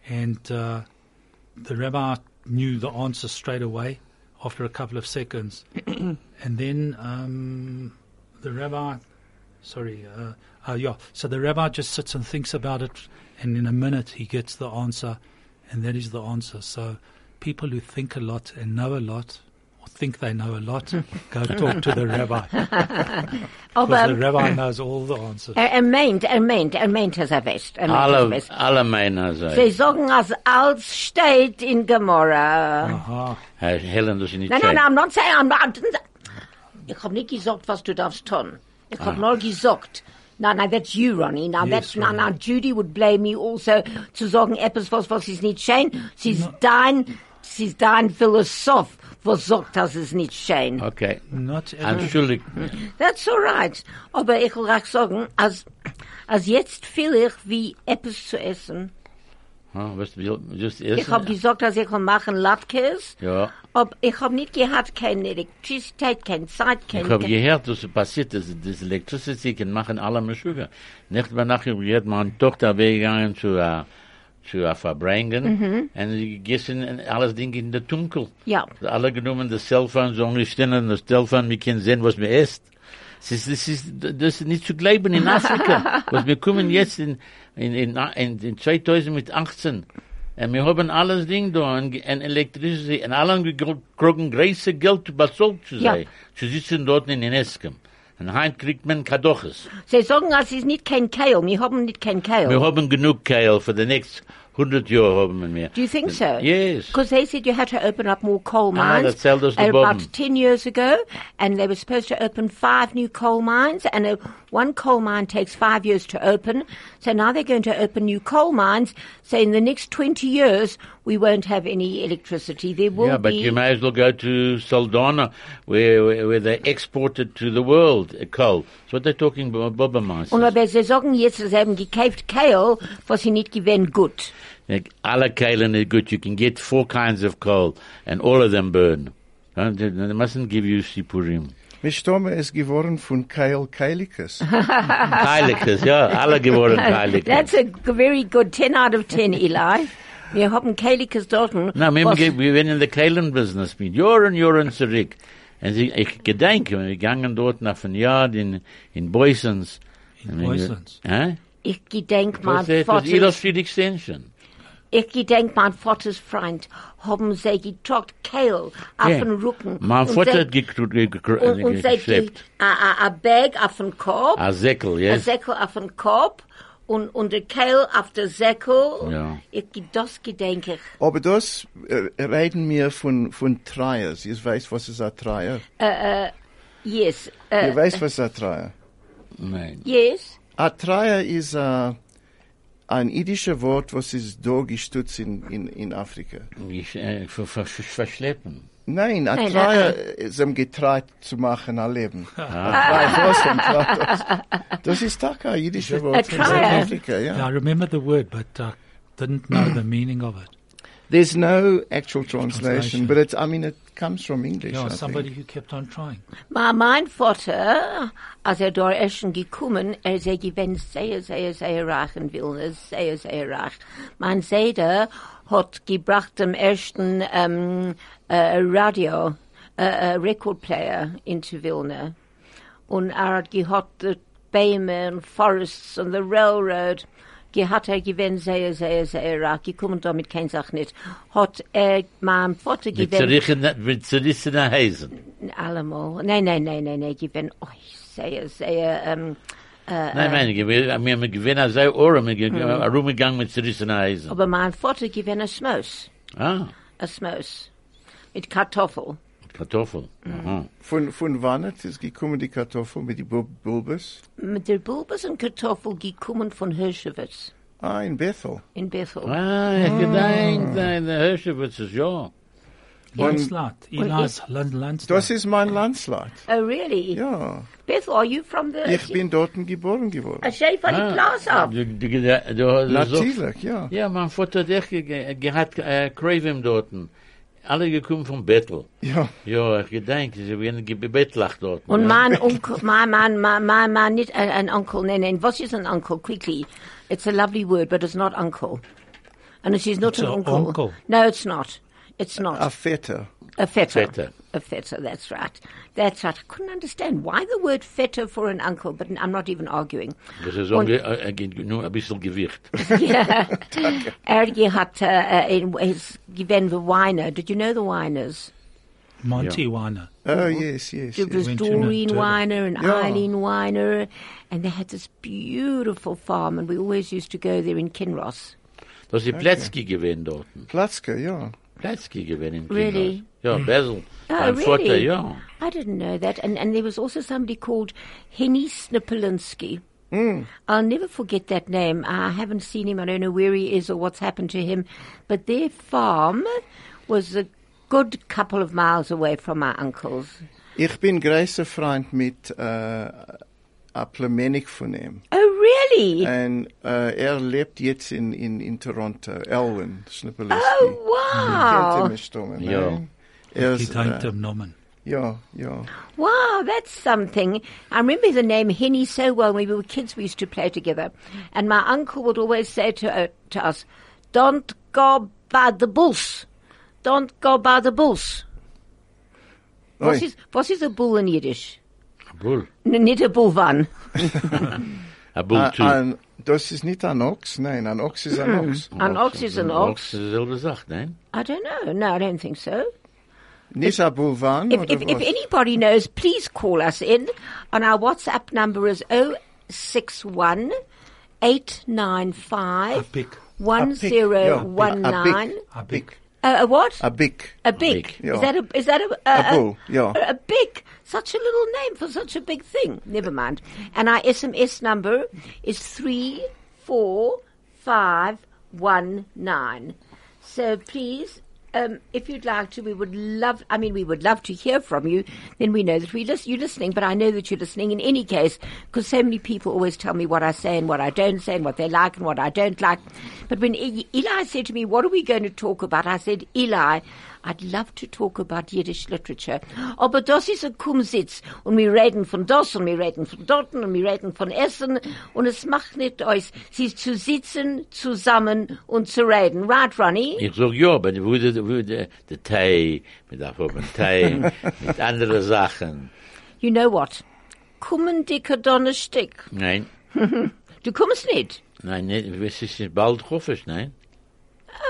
And uh, the rabbi knew the answer straight away after a couple of seconds. and then um, the rabbi, sorry, uh, oh yeah, so the rabbi just sits and thinks about it, and in a minute he gets the answer, and that is the answer. So people who think a lot and know a lot, or think they know a lot, go talk to the rabbi. Because the
Aber
rabbi knows all the answers.
er, er meint, er meint, er meint, dass er weiß. Er meint, dass er
Alle,
weiß.
alle meiner
Sie
sagen.
sagen, als alles steht in Gomorra.
Aha.
Herr Helen, das ist nicht
Nein, nein,
schlecht.
nein, I'm not saying, I'm not, ich habe nicht gesagt, was du darfst tun. Ich habe nur gesagt, nein, nein, that's you, Ronnie. Now,
Yes,
that's, nein,
Ronnie.
nein, Judy would blame me also zu sagen, etwas, was, was ist nicht schön. Sie ist dein, sie ist dein Philosoph, was sagt, dass es nicht schön.
Okay.
Not every,
Entschuldig.
That's all right. Aber ich will auch sagen, als, als jetzt fühle ich wie etwas zu essen.
Ah, Was will, just
Ich habe
essen?
gesagt, dass ich will machen Latkes.
Ja.
Aber ich habe nicht gehabt keine Elektrizität, keine Zeit, keine...
Ich habe gehört, was passiert ist. Das Electricity kann machen alle Meshuga. Nicht bei Nacht, ich habe gehört, meine Tochter weggegangen zu, äh, zu äh, verbringen. Und sie gegessen und alles Ding in der Dunkel.
Ja.
Sie Alle genommen das Telefon, so angestanden das Telefon, wir können sehen, was wir isst. Das ist, das ist, das ist nicht zu glauben in Afrika. was wir kommen jetzt in, in, in, in, in 2018. En wir haben alles Ding da, und Elektrizität, und alle gekriegen große Geld, um bezahlt zu sein.
Ja.
Sie sitzen dort in den Esken. Und heim kriegt man Kadoches.
Sie sagen, es ist nicht kein Kale. Wir haben nicht kein
Wir
Kale.
haben genug Keil für die nächsten 100 Jahre haben wir mehr.
Do you think so?
Yes. Ah,
Because they said you had to open up more coal mines.
that sold us the
about
bomb.
ten years ago, and they were supposed to open five new coal mines, and uh, one coal mine takes five years to open. So now they're going to open new coal mines. So in the next twenty years, we won't have any electricity. There will
Yeah, but
be.
you may as well go to Saldana, where, where, where they exported to the world uh, coal. That's what they're talking about, Boba
Und aber sie sagen jetzt, sie haben gekauft Kale, was sie nicht gewähren gut.
Like, Alle kaolin is good. You can get four kinds of coal, and all of them burn. Uh, They, they mustn't give you sipurim.
Mich stomme es geworden von Kyle Kailikas.
Keilikes, yeah, alle geworden
That's
keilikes.
a g- very good 10 out of 10, Eli. Wir haben Kalikas dort.
No, remember, we went in the kaolin business mit Joren, Joren zurück. And sie, ich gedenke, wir gingen dort nach einem Jahr in, in Boysens.
In Boysens.
Hä?
Ich gedenk
Was
mein
ist das?
Vaters,
Illustrated Extension.
ich gedenk mein Vaters Freund, haben sie getrocknet Kale auf
Ja.
den Rücken.
Mein
Und
Vater
sie-
hat gekru- ge- gekru-
Und, und sie
geschleppt.
die- a, a, a Bag auf den Korb,
A Säckel,
a
yes?
Säckel auf den Korb und, und der Kale auf der Säckel.
Ja.
Ich, ge- das gedenk ich.
Aber das äh, reden wir von, von Triers. Ihr weißt, was ist ein Trier?
Yes. äh,
Ihr weißt, was ist ein Trier?
Nein.
yes.
Ein Trier ist äh, ein idischer Wort, was ist da gestutzt in, in, in Afrika.
Ich, äh, ver- ver- ver- Verschleppen.
Nein, ein
Nein, äh,
Trier ist um getraut zu machen, ein Leben. Weil was denn Trier das? Das ist doch ein jüdischer Wort von
Trier?
Südafrika,
Yeah, I
ja.
remember the word, but I didn't know the meaning of it.
There's no actual translation,
Translation.
but it's, I mean, it comes from English,
Yeah,
I
somebody
think.
who kept on trying.
Maar mijn vader, als er door is gekomen, er zei gewenst, zeer, zeer, zeer raag in Wilnis, zeer, zeer raag. Mijn zeder had gebracht dem ersten ähm, äh, radio, äh, äh, recordplayer into Wilna. Und er hat gehad de Bäume und Forests und the Railroad. Gehat er gewinnt sehr, sehr, sehr raag. Gekommen damit kein Sach nicht. Hat er mein Vater
Mit
gewinnt.
zerrichene- Mit zerrissenen
Äh,
Häsen.
Allemaal. Nee, nee, nee, nee, nee. Je bent, oh, zeer, zeer, um,
Nein, meine, wir haben wir gewinnen an sei Ohren, wir gehen- wir sind rumgegangen mit zerrissenen Häsen.
Mhm. aber mein Vater gewinnt een smoos.
Ah,
Een smoos. Mit Kartoffel.
Kartoffel.
Mhm.
Aha.
Von, von wann hat es gekommen, die Kartoffel mit die Bul- Bulbes?
Mit der Bulbes en Kartoffel gekommen von Hirschewitz
Ah, in Bethel.
in Bethel.
Ah, ich
Mhm.
gedenk, nein, der Hirschewitz ist ja.
Landslot. Eli's
Das
land, landslot.
ist mein Landslot.
Oh, really?
Ja,
Bethel, are you from the...
ich bin dort geboren geworden.
I shave van
Ah.
Ah.
die Klaas af.
Du- du- du- du- du-
Natürlich, ja.
Ja, mein Vater hat echt ge- ge- gehabt, äh, Cravim dorten. Alle gekommen vom Bettel.
Ja,
Ja, ich gedenk, sie werden gebettlacht dort.
Und
Ja.
mein Onkel, mein, mein, mein, mein, mein, nicht ein, ein Onkel, nein, nein, was ist ein Onkel? Quickly. It's a lovely word, but it's not Uncle. And it is not
It's
an
a
uncle.
uncle. Ah,
No, it's not. It's not.
ein Vetter.
A fetter.
Fetter.
A fetter, that's right. That's right. I couldn't understand why the word fetter for an uncle, but I'm not even arguing.
Das ist onge äh, äh, nur ein bisschen Gewicht.
Yeah. Ergi hat, uh, uh, in- he's given the winer. Did you know the winers?
Monty Winer.
Oh, yes, yes.
There was
yes.
went to
Doreen
Nantucket.
Weiner and
Yeah.
Eileen Weiner, and they had this beautiful farm, and we always used to go there in Kinross.
Das ist Plätzki gewesen dort.
Platzke, ja.
Plätzki gewesen in Kinross.
Really?
Ja, Basel.
Oh,
Mein
really?
Vater, ja.
I didn't know that. And, and there was also somebody called Henny Snipolinski. I'll never forget that name. I haven't seen him. I don't know where he is or what's happened to him. But their farm was a good couple of miles away from my uncle's.
Ich bin großer Freund mit äh, einem Plemenik von ihm.
Oh, really?
Und äh, er lebt jetzt in, in, in Toronto, Elwin Schnippeliski. Kennt ihr
oh, wow.
mich, Tomme?
Ja.
nein? Er
He
ist,
don't
ne? äh,
him Norman.
ja, ja.
Wow, that's something. I remember the name Henny so well. When we were kids, we used to play together. And my uncle would always say to, uh, to us, don't go by the bulls. Don't go by the bulls. What
Oi.
is, what is a bull in Yiddish?
A Bull.
N- Nicht a bull one.
A Bull, too.
Ah, Ein, Das ist nicht ein Ochs, nein, ein Ochs ist
Mm.
ein Ochs.
An ox is an
Ochs
ox.
ist dieselbe Sache, nein?
I don't know. No, I don't think so.
Nicht ein Bulwan
If,
oder
if, if
was?
anybody knows, please call us in. And our WhatsApp number is 061 895
pick.
A pick,
uh,
yeah. A
1019.
pick.
A big.
Uh, A a what?
A big.
A big.
big,
Is
yeah.
that a is that a a,
A bull, yeah.
a, a big? Such a little name for such a big thing. Never mind. And our SMS number is three four five one nine. So please, um, if you'd like to, we would love. I mean, we would love to hear from you. Then we know that we lis- you're listening. But I know that you're listening in any case, because so many people always tell me what I say and what I don't say and what they like and what I don't like. But when E- Eli said to me, "What are we going to talk about?" I said, "Eli." I'd love to talk about Yiddish literature. Aber das ist ein Kumsitz. Und wir reden von das und wir reden von dort und wir reden von Essen. Und es macht nicht aus. Es ist zu sitzen, zusammen und zu reden. Right, Ronnie?
Ich sag ja, aber wo der, wo der, der Tee, mit der Formen Tee, mit anderen Sachen.
You know what? Kommen dicke Donnerstück.
Nein,
Du kommst nicht.
nein, nein, es ist nicht bald Hoffisch, nein?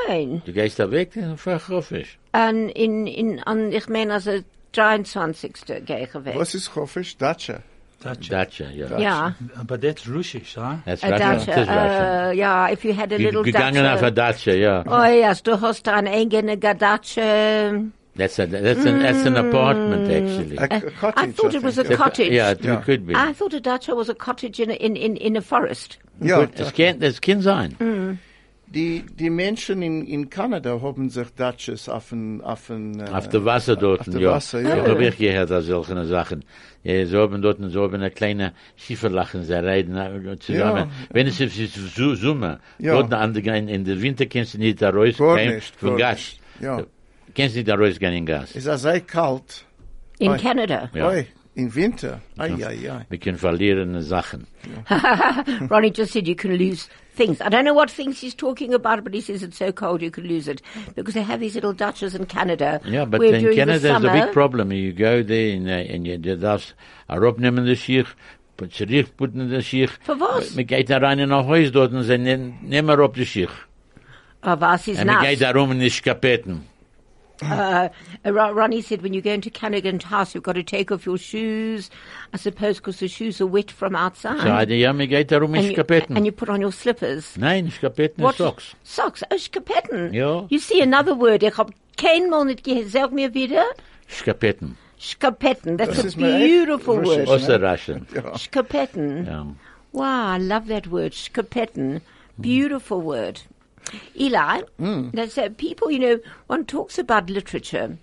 Nein.
Du gehst da weg, dann fahr Hoffisch.
An, in, in, an, ich meine, also 23. gehe ich weg.
Was ist Hoffisch? Datscha.
That's it.
Datsche, ja.
Ja. Äh,
Uh, But that's Russisch, huh?
Das
A
Russian,
Dutch,
das ist Russian.
uh, yeah, if you had a little
Gegangen
Dutch,
auf
uh,
der Datsche, ja.
Oh yes, du hast eine eigene Gadatsche.
That's, a, that's, an, that's an apartment,
Mm.
actually.
A, a cottage,
Äh, thought it was a
think.
cottage.
Yeah, it
Yeah.
could be.
I thought a dacha was a cottage in a, in, in, in a forest.
Ja,
Es kann, es kann sein.
Mm.
die, die Menschen in, in Kanada haben sich Datsches auf den, auf den, äh,
Auf der Wasser dort,
der
ja.
Wasser, ja.
Ich habe ich gehört an solchen Sachen. Ja, sie haben dort, sie haben eine kleine Schieferlachen, sie reiten äh, zusammen.
Ja.
Wenn es ist ist so- Sommer,
Ja.
dort an der, in, in der Winter kannst du nicht da raus
Gar
gehen
nicht,
für
gar
Gas.
nicht. Ja.
Kannst du nicht da raus gehen in Gas.
ist ja sehr kalt.
In
Oi.
Canada.
Ja.
Oi, im Winter. Ai, ai, ai.
Wir können verlieren Sachen.
Ronnie just said you can lose things. I don't know what things he's talking about, but he says it's so cold you can lose it. Because they have these little duchess in Canada.
Yeah, but
where
in
during
Canada
the
there's a
summer,
big problem. You go there and, uh, and you, you darfst herabnehmen das Schiech, put- zurückputten das Schiech.
Für was?
Man geht da rein in ein Haus dort und sie nehmen nehmen herab das Schiech.
Oh, was is
Und man
nice.
geht da rum in die Skapetten.
Uh, Ro- Ronnie said when you go into Canadan's house, you've got to take off your shoes, I suppose, because the shoes are wet from outside.
So, I- ja, man geht da rum in
Ah. and, you, and
Skapetten.
you put on your slippers.
Nein, Skapetten ist
What?
Socks.
Socks. Oh, Skapetten.
Ja.
You see another word. Ich hab keinmal nicht gehört. Sag mir wieder.
Skapetten.
Skapetten. That's
Das
a
ist mir echt
beautiful word.
Russisch.
Osterraschen.
Ja.
Skapetten.
Ja.
Wow, I love that word. Skapetten. Beautiful word. Eli, there's, uh, people, you know, one talks about literature.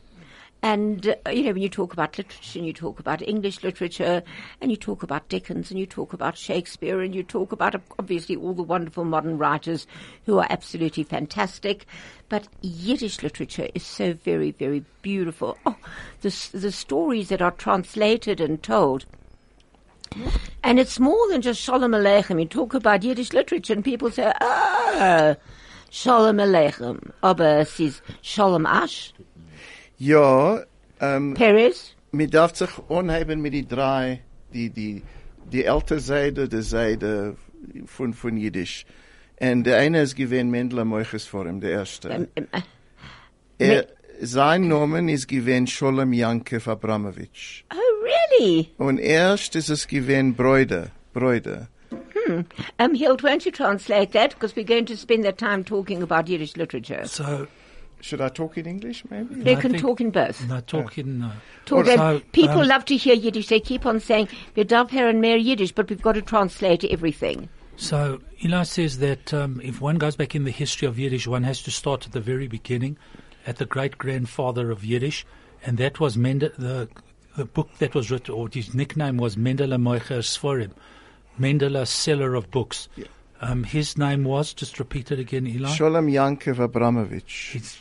And, uh, you know, when you talk about literature and you talk about English literature and you talk about Dickens and you talk about Shakespeare and you talk about, uh, obviously, all the wonderful modern writers who are absolutely fantastic. But Yiddish literature is so very, very beautiful. Oh, the, s- the stories that are translated and told. And it's more than just Shalom Aleichem. You talk about Yiddish literature and people say, ah, Shalom Aleichem. Aber es ist Shalom Ash,
Ja, ähm,
Perez.
man darf sich unheben mit die drei, die, die, die alte Seite, die Seite von, von Jiddisch. Und der eine ist gewesen Mendel Moiches vor ihm, der erste.
Ähm, ähm, äh,
er, sein Name ist gewesen Scholem Janke Abramowitsch.
Oh, really?
Und erst ist es gewesen Breuder, Breuder.
Um, Hild, won't you translate that? Because we're going to spend the time talking about Yiddish literature.
So
Should I talk in English, maybe?
They
I
can
think-
talk in both.
no, talking. Uh,
Talk
so,
them- people
um,
love to hear Yiddish. They keep on saying, we dove here and mere Yiddish, but we've got to translate everything.
So Eli says that um, if one goes back in the history of Yiddish, one has to start at the very beginning, at the great grandfather of Yiddish, and that was Mendel. The, the book that was written, or his nickname was Mendele Moicher Sforim, Mendele seller of books. Um, his name was just repeat it again, Eli.
Scholem Janke Abramowitsch.
His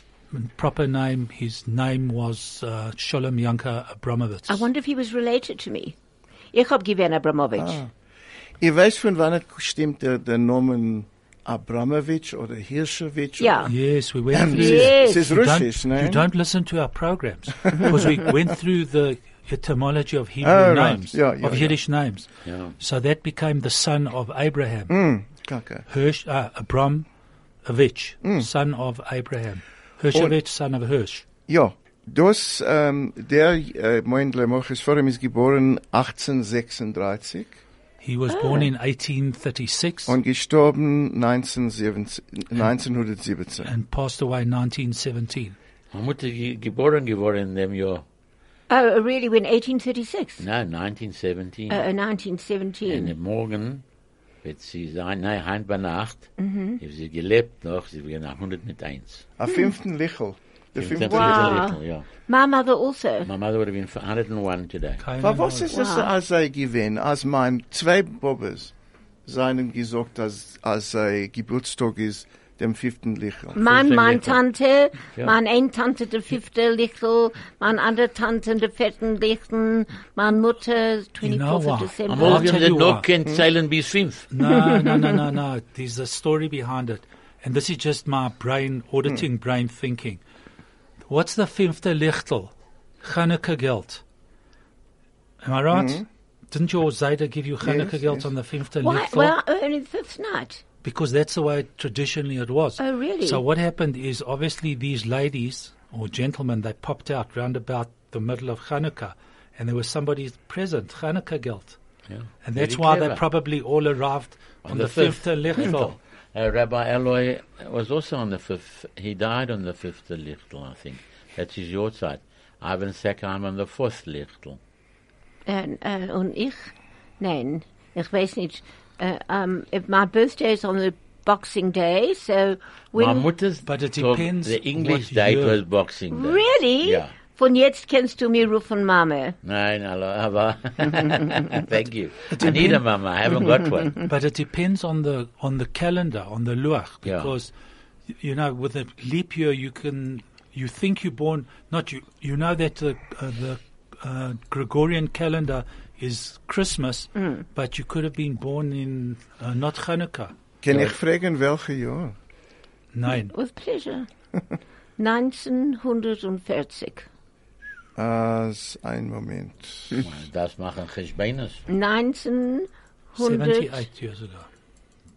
proper name, his name was uh, Sholem Yanka Abramovitz.
I wonder if he was related to me. Ich hab Given Abramovich.
Ah.
Ich weiß von wann es stimmt der, der Name Abramowitsch oder Hirschewitsch.
Ja.
Oder,
Yes, we
Um,
went through.
Yes.
Es ist
You don't-
Russisch, ne?
You don't listen to our programs because we went through the etymology of Hebrew
Oh, right.
names,
Yeah, yeah,
of
yeah. Hm,
Yiddish names. So that became the son of Abraham.
Kaka.
Hirsch, uh, Abramovich,
Mm.
son of Abraham. Hirschovich, son of Hirsch.
Ja, das, ähm, der, äh, Moendle Moches Forum ist geboren 1836
He was
Oh.
born in 1836
und gestorben 1917, 1917.
and passed away in 1917.
Meine Mutter ge- geboren geworden in dem Jahr.
Oh, really? When 1836?
Nein, 1917.
Uh, uh,
In
1917.
dem Morgen wird sie sein, nein, heim bei Nacht. Mhm. Hat sie gelebt noch, sie wird nach 100 mit 1.
Am fünften Lichel. Der fünfte Lichel.
Wow.
Ja.
My mother also.
My mother would have been 101 today.
Cain
Aber
and
was
Abel.
ist das, als sei gewesen, als mein zwei Bobbes seinen gesagt, dass, als sei Geburtstag ist, dem fünften Lichel.
Mein,
Fünfte
mein
Lichel.
Tante,
Ja.
mein ein Tante, der fünfte Lichtel, mein andere Tante, der vierten Lichtel, mein Mutter, 24th
You know
of
what?
December.
Amol,
I'll
wir
tell
sind
you
noch
what.
kein Zeilen bis 5.
No, no, no, no, no. There's a story behind it. And this is just my brain, auditing
Hmm.
brain thinking. What's the fifth lichtel? Chanukah geld. Am I right? Didn't your Zayda give you Chanukah
Hmm. Yes,
geld
yes.
on the fifth
Why?
lichtel?
Well, only the fifth night.
because that's the way traditionally it was.
Oh, really?
So what happened is obviously these ladies or gentlemen they popped out round about the middle of Hanukkah, and there was somebody present, Hanukkah guilt, and that's
Very
why
clever.
they probably all arrived on, the, fifth lichtel.
Uh, Rabbi Eloi was also on the 5th. He died on the 5th Lichtel, I think. That's his Yortzeit. Ivan Sackheim on the 4th Lichtel.
And, uh, und ich? Nein, ich weiß nicht. Uh, um, if my birthday is on the Boxing Day, so
My
when...
mother's
But it
so
depends
The English
what
date
year.
was Boxing Day.
Really?
Yeah.
Von jetzt kennst du mir rufen Mama.
Nein, hello, aber thank you. I need a mama. I haven't got
Mm-hmm.
one.
But it depends on the on the calendar, on the luach,
Yeah.
because y- you know with a leap year you can you think you're born not you you know that the uh, the uh, Gregorian calendar is Christmas,
Mm.
but you could have been born in uh, not Hanukkah.
Kann ich fragen, welche Jahr?
Nine.
With pleasure. 1940.
Als ein Moment.
Das machen Geschbeines.
Mm. 1940.
78 years ago.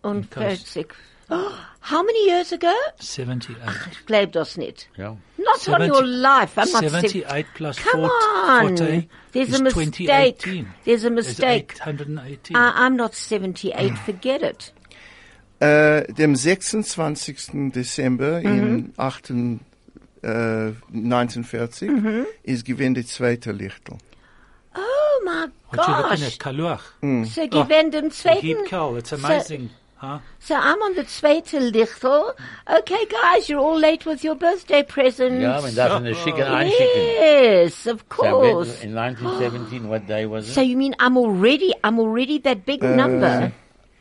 Oh, how many years ago?
78.
Ich glaub das nicht.
Ja.
Not on
Seventy-
your life. I'm not sick.
78 plus
Come
40,
on.
40
There's
is
a mistake.
2018.
There's a
Is
mistake. Ah,
818.
I, I'm not 78.
Mm.
Forget it.
Äh, dem 26. Dezember in 8, äh, 1940 ist gewesen die zweite Lichtel.
Oh my
What you looking at, Mm. Oh,
gosh.
Kaluach?
So given dem
Heap
zweiten.
Kel, it's
so-
amazing, huh?
So I'm on the zweite Lichtel. Okay, guys, you're all late with your birthday presents.
Ja, man darf eine schicke einschicken.
yes, of
So,
course.
In 1917, what day was it?
So you mean I'm already I'm already that big number?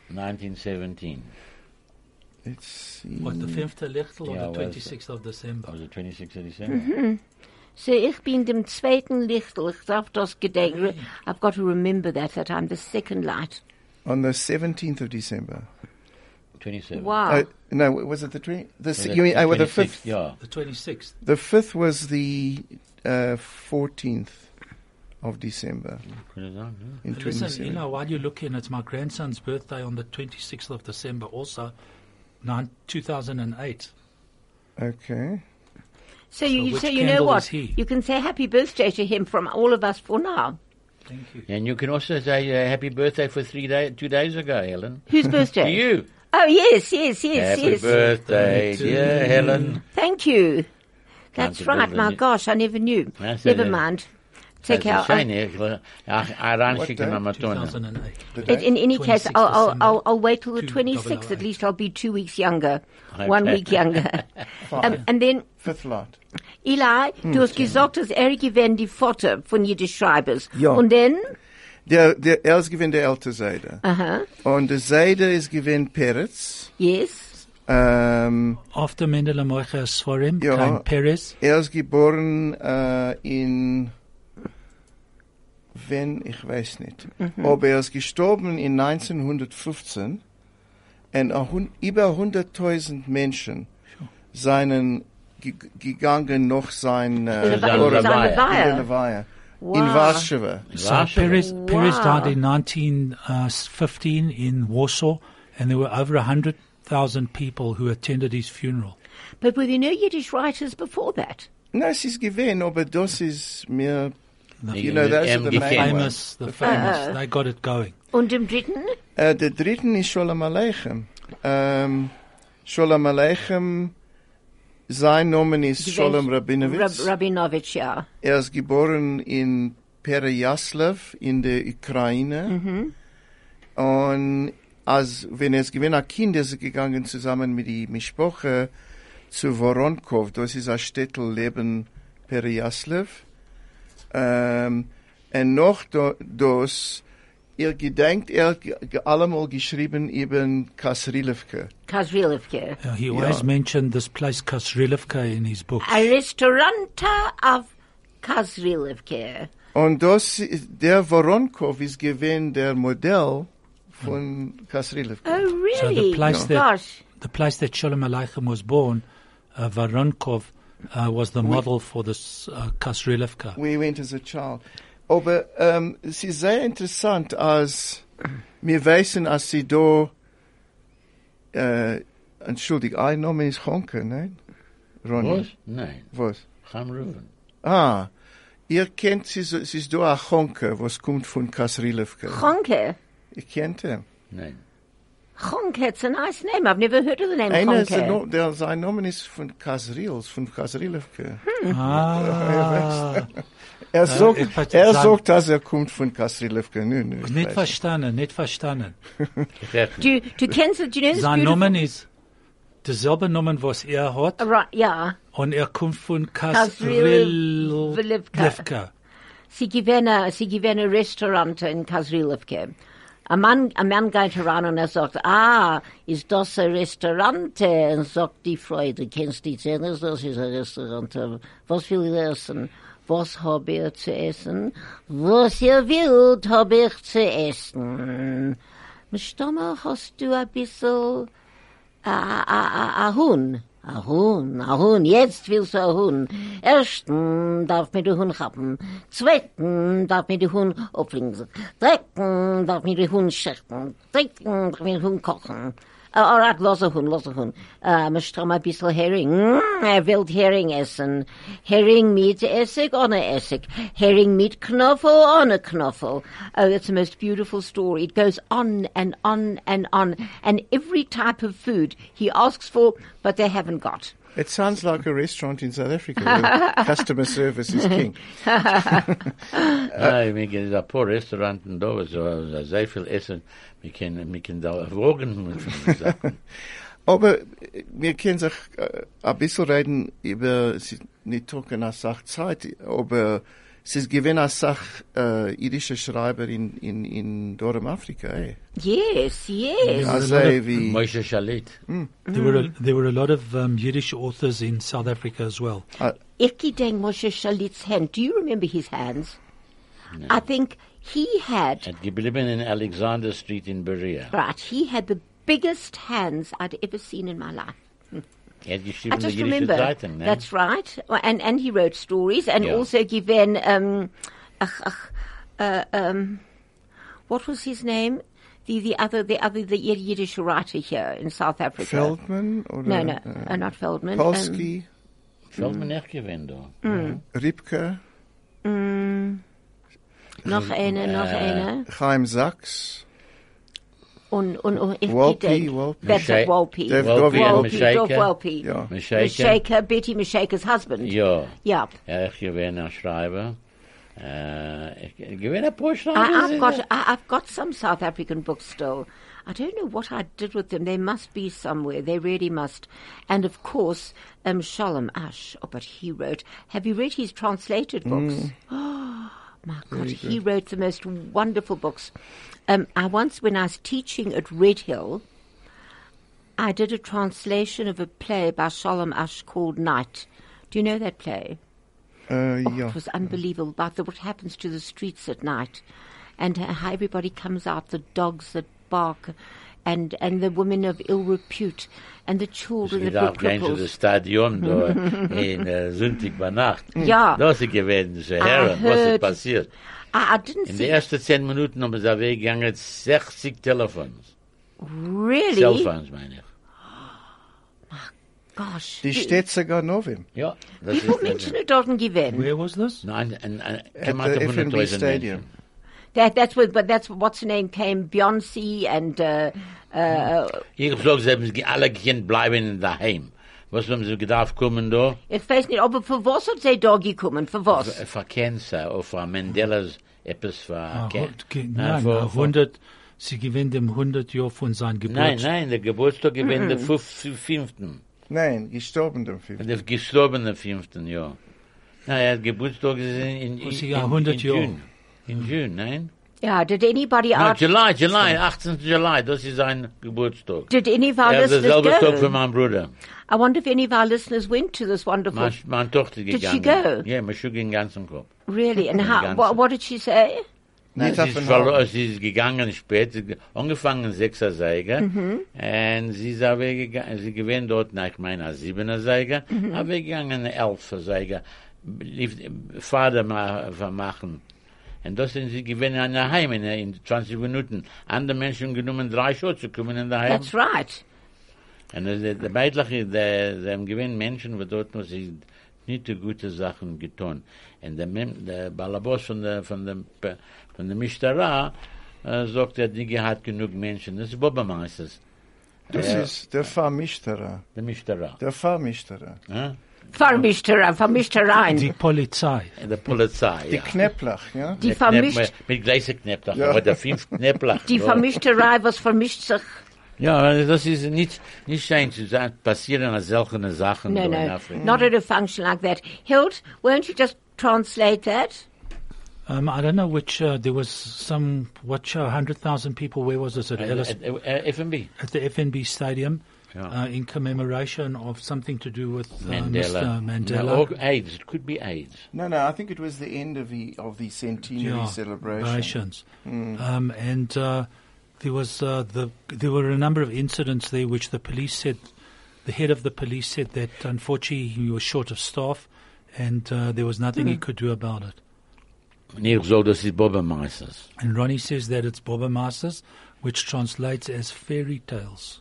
1917.
Let's see.
What, the 5th of Lichtel
Yeah,
or the
well,
26th of December?
Oh, Was it 26th of December?
Mm-hmm. So ich bin dem zweiten Lichtel. Ich darf das gedenken. I've got to remember that that I'm the second light.
On the 17th of December.
27.
Wow.
Uh, no, was it the twenty? The,
Was
s-
it
you mean, uh, well, the
26th?
fifth?
Yeah.
The 26th.
The fifth was the uh, 14th of December
Put it
Mm-hmm.
on,
in
Listen, you
27.
know, while you're looking, it's my grandson's birthday on the 26th of December, also nine, 2008.
Okay.
so you
which
so you know
candle
what?
is he?
You can say happy birthday to him from all of us for now.
Thank you.
yeah. And you can also say uh, happy birthday for three day, two days ago, Helen.
Whose
To
birthday?
you.
Oh yes, yes, yes,
happy
yes.
birthday,
To
dear
you.
Helen.
Thank you.
Can't
That's
you
right.
believe
My
it?
gosh, I never knew.
That's
Never
it.
mind. Take care.
That's a shame, eh? I- I ran
What
chicken
day?
on my tongue.
2008.
The
But
date?
uh, in any case,
26th
I'll, I'll,
December,
I'll, I'll wait till the
2
26th. At
double
least I'll be two weeks younger, one
Okay.
week younger. um, and then,
Fifth lot.
Eli, du hast gesagt, dass er gewinnt die Pforte von Jiddisch Schreibers.
Ja.
Und dann,
Der, der, er ist gewinnt der ältere Seide.
Uh. Uh-huh.
Und der Seide ist gewinnt Peretz.
yes,
Ähm,
After Mendele Moicha Sforim
Yeah.
came Perez.
er ist geboren äh, in, wenn, ich weiß nicht. Aber er ist gestorben in 1915 und a hun- über 100.000 Menschen seinen ge- gegangen noch sein
seine
äh,
Seine
Weihe.
Weihe.
Seine Weihe.
Seine Weihe.
Wow.
in Warschau.
So Perez, Perez
Wow.
died in 1915 in Warsaw, and there were over 100,000 people who attended his funeral.
But were there no Yiddish writers before that?
Na, es ist gewesen, aber das ist mir, you
Wegen
know,
dem
those are the
MGK.
main ones.
Famous, the famous, they got it going.
Und im dritten?
Äh, der dritten ist Sholem Aleichem. Ähm, Sholem Aleichem, sein Name ist Sholem Rabinowitz.
Rab Rabinovich, ja.
Er ist geboren in Pereyaslav in der Ukraine. Und als, wenn er es gewesen ein Kind, ist er gegangen zusammen mit die Mischpoche zu Voronkov. Das ist ein Städtel Leben Pereyaslav. Ähm, und noch do, das, er gedenkt, er hat ge- ge- allemal geschrieben eben Kasrilevke.
Kasrilivka.
Uh, he always
Yeah.
mentioned this place, Kasrilivka, in his book.
A restauranta of Kasrilivka.
Und das, ist- der Voronkov ist gewesen der Modell von Kasrilevke.
Oh,
So
really?
the place that
Gosh.
the place that Sholem Aleichem was born, uh, Voronkov, uh, was the model for this uh, Kasrilivka.
we went as a child. Aber ähm, es ist sehr interessant, als wir wissen, als sie da, äh, entschuldig, ein Name ist Honke, nein?
Was?
Ronny.
Nein.
Was?
Chaim Reuven.
Ah, ihr kennt, sie, so- es ist da ein Honke, was kommt von Kasrilevke.
Chonke.
Ihr kennt ihn.
Nein.
Chonke, it's a nice name. I've never heard of the name
Einer, ist der,
Chonke.
No- der, sein Name ist von Kasrils, von Kasrilevke.
Ah,
Er sagt,
ich verstehe
er
sein-
sagt, dass er kommt von Kasrilevke. Nö, nö. ich
nicht
weiß.
verstanden, nicht verstanden.
Ich hab
Do you, do Kensel, do you know this
Sein
beautiful-
Namen ist derselbe Namen, was er hat,
Right, yeah.
und er kommt von
Kasrilivka.
Kasrilivka.
Sie gewinnen, a- sie gewinnen a Restaurant in Kasrilivke. A Mann, a Mann geht heran und er sagt, ah, ist das ein Restaurant? Und sagt die Freude, kennst du die Zähne, das ist ein Restaurant. Was will ich essen? Was habe ich zu essen? Was ihr wollt, habe ich zu essen. Stammer, hast du ein bisschen a- a- a- a Huhn. A Huhn, a Huhn, jetzt willst du a Huhn. Ersten darf mir die Huhn haben. Zweiten darf mir die Huhn auflingen. Dritten darf mir die Huhn schärfen. Dritten darf mir die Huhn kochen. Uh, all right, los a Huhn, los a Huhn. Uh, mir stramm ein bisschen Hering. Mm, er will Hering essen. Hering mit Essig, ohne Essig. Hering mit Knoffel, ohne Knoffel. Oh, it's the most beautiful story. It goes on and on and on. And every type of food he asks for, but they haven't got.
It sounds like a restaurant in South Africa where customer service is king.
Nein, wir gehen in ein paar Restaurants da, wo es äh, sehr viel Essen. Wir können, wir können da wogen mit den Sachen.
Aber äh, wir können sich äh, ein bisschen reden über, es ist nicht trocken als Sachzeit, aber es ist gewinn als Sach äh, irische Schreiber in, in, in Dorem Afrika. Eh?
Yes, yes.
Also wie,
Moshe Shalit.
There were a, there were a lot of um, Yiddish authors in South Africa as well.
Ikki Deng Moshe Shalit's hand. Do you remember his hands? I think he had
Er Hat geblieben in Alexander Street in Berea.
Right, he had the biggest hands I'd ever seen in my life.
Er hat
I
geschrieben die
just
jüdische
remember.
Zeitung, ne?
That's right. Well, And and he wrote stories and
Yeah.
also given um, ach, ach, uh, um, what was his name? The the other the other the Yiddish writer here in South Africa.
Feldman oder
No, no,
äh,
uh, not Feldman. um,
Polsky,
Fällt mir nicht gewinn da.
Ripke,
noch eine, noch eine.
Chaim Sachs,
Und und und ich
Walpe,
denk-
Walpe.
That's it,
Misha-
Walpe.
Dave
Walpe
Govian.
and
Walpe, Dov
Meshaka.
Walpe.
ja.
Meshaka.
Meshaka, Betty Meshaka's husband.
Ja.
Yeah.
Er ist gewinn ein Schreiber. Äh, ich- ich gewinn ein paar Schreiber.
I, I've got I, I've got some South African books still. I don't know what I did with them. They must be somewhere. They really must. And of course, um, Shalom Ash. Oh, but he wrote. Have you read his translated books? Oh, My God, he wrote the most wonderful books. Um, I once, when I was teaching at Red Hill, I did a translation of a play by Shalom Ash called Night. Do you know that play?
Äh,
Oh,
ja.
It was unbelievable about the, what happens to the streets at night, and how everybody comes out, the dogs that bark, and and the women of ill repute, and the children that
Wieder
were
auf gehen zu dem
cripples.
Stadion da in äh, Sonntag bei Nacht.
Ja.
Das ist gewesen, diese Herren, was ist
heard-
passiert.
I, I didn't
In
see.
den ersten zehn Minuten haben sie weggegangen 60 Telefons.
Really?
Cellphones, meine ich.
Gosh.
Die steht sogar noch im.
Ja, das
People
ist nicht.
mention it doesn't give in.
Where was this?
Nein, ein, ein,
At
ein,
the FNB Stadium.
That, that's what, but that's what's her name came, Beyonce and, uh, uh,
Ich sag, sie haben ge- alle gekannt bleiben daheim. Was haben sie gedacht, kommen da?
ich weiß nicht, aber für was hat sie da gekommen? Für was?
Für Cancer oder für Mandelas etwas für
Ah,
Can-
hund- ge-
Na,
Nein,
für-
na,
für-
100, sie gewinnt im 100 Jahr von seinem
Nein,
Geburtstag.
nein, der Geburtstag gewinnt
Mhm.
der fünf- fünften.
Nein, gestorben am 5.
Der gestorbene fünften Jahr. Na, er hat Geburtstag ist in, in, in,
Was ist
in,
ja 100
in
Jahre.
June. In June, nein?
Yeah, did anybody
No,
out,
July, July, 18. July, das ist sein Geburtstag.
did any of our
Er hat
listeners
dasselbe Tag für
go?
meinen Bruder.
I wonder if any of our listeners went to this wonderful,
Mein, meine Tochter
Did she
gegangen.
go?
Ja, man schlug den ganzen Kopf.
really, and how,
ganze-
what, what did she say?
Nicht
sie,
auf
ist
den
verlo-
Haufen.
sie ist gegangen spät, sie- angefangen sechser Seiger,
Mhm.
und sie ist auch weggegangen, sie gewinnt dort nach meiner siebener Seiger,
Mhm.
aber weggegangen elfer Seiger, lief Vater ma- vermachen. Und das sind sie gewinnen an der Heim in, in 20 Minuten. Andere Menschen haben genommen drei Schuhe zu kommen in der Heim.
That's right.
Und der, der Beitrag, der, der gewinnen Menschen, die dort nur sich nicht so gute Sachen getan. Und der, Mem, der Balabos von der, von dem, Pe- von der Mishtara, äh, sagt, er hat nicht gehabt genug Menschen. Das ist Bobbermeisters,
Das ist der Vermischter.
der Mishtara.
Der Vermischter.
Ja?
Vermischt her, vermischt her
Die
rein.
Polizei.
Der Polizei,
Die
ja.
Knäpplach, ja?
Die
Der Knepp-
vermischt,
Mit gleicher Knäpplach,
Ja.
aber der fünf Knäpplach.
die
ja.
Vermischterei, was vermischt sich?
Ja, also das ist nicht, nicht schön zu sagen, passieren solche Sachen
No,
da in
no,
Afrika.
not at a function like that. Hild, won't you just translate that?
Um, I don't know which, uh, there was some, what show, 100,000 people, where was this? At, Ellis,
Äh, äh, äh, FNB.
at the FNB Stadium
Yeah.
uh, in commemoration of something to do with uh,
Mandela.
Mr. Mandela.
No, or AIDS. It could be AIDS.
No, no, I think it was the end of the, of the centenary
Yeah,
celebration. Mm.
celebrations. Um, and uh, there was uh, the there were a number of incidents there which the police said the head of the police said that unfortunately he was short of staff and uh, there was nothing
Mm.
he could do about it.
Nee, ik zou dat is Bobbermeisters.
And Ronnie says that it's Bobermasters, which translates as fairy tales.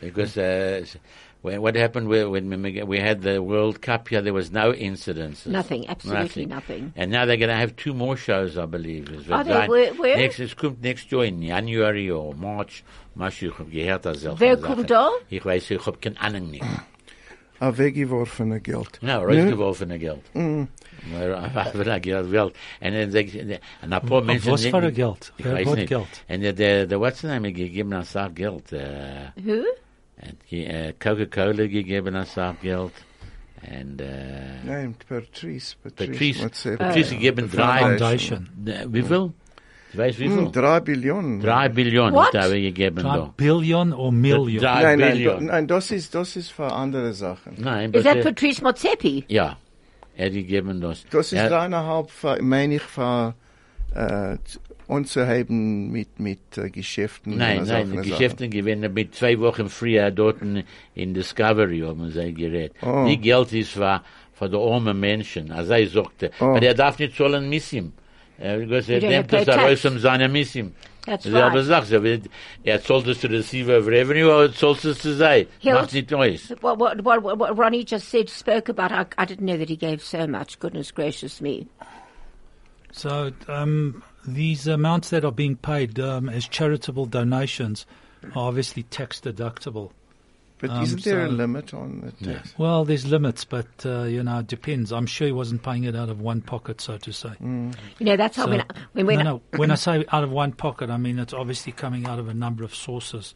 Because uh, s- when- what happened whe- when we make- we had the World Cup here, there was no incidents.
Nothing, absolutely nothing.
And now they're going to have two more shows, I believe. Is
Are they? Where- where?
Next, it's kommt next year in January or March. Mach ich hab gehört das selber.
Wer kommt da?
Ich weiß, ich hab keinen Ahnung nicht.
A Ah, weggeworfene Geld.
Ja, rausgeworfene Geld.
Mm.
Maar, ah, Wenn er Geld will. En dan zeg ik, en een paar mensen...
was voor
denken-
geld?
Ik
Voor
weet
wat
niet.
geld?
En de, de, de what's the name, nou, gegeven een zaak geld. eh,
Who?
en die, eh, Coca-Cola gegeven een zaak geld. En eh,
Nein, Patrice, Patrice.
Patrice,
what's that?
Patrice gegeven
Foundation.
drie...
Foundation.
de- Hoeveel? Je weet
Hm,
hoeveel?
drei Billionen.
Drie biljoen
What?
hebben we gegeven
Try
daar.
billion or million.
Drie
Nein, nein, do,
biljoen.
nein, das ist, das ist für andere Sachen.
Nee,
Is
but,
that
eh,
Patrice Motsepi?
Ja, er hat gegeven dus- dat.
Das ist
Er-
dreieinhalb, für- meine ich, für, äh, unzuheben mit, mit äh, Geschäften.
Nein,
und
nein,
solchen
die
Sachen.
Geschäfte gewinnen mit zwei Wochen früher dort in- in Discovery, haben sie gerät.
Oh.
Die Geld ist für, für die armen Menschen, als er sagte.
Oh.
Aber er darf nicht zahlen Missim. Er er
Ja,
nimmt
ja,
das heraus
Tax.
um seine Missim.
That's
Selbe
right.
Sache, er wird- er zahlt es zu Receiver of Revenue, aber er zahlt es zu sein.
Ja.
Macht nicht Neues.
What, what, what, what- what Ronnie just said, spoke about, I, I didn't know that he gave so much. Goodness gracious me.
So um, these amounts that are being paid um, as charitable donations are obviously tax deductible.
But
Um,
isn't there a
so-
limit on the tax?
Well, there's limits, but uh, you know, it depends. I'm sure he wasn't paying it out of one pocket, so to say.
You know, that's how
So-
when, I- when, when
no, no. when I say out of one pocket, I mean it's obviously coming out of a number of sources,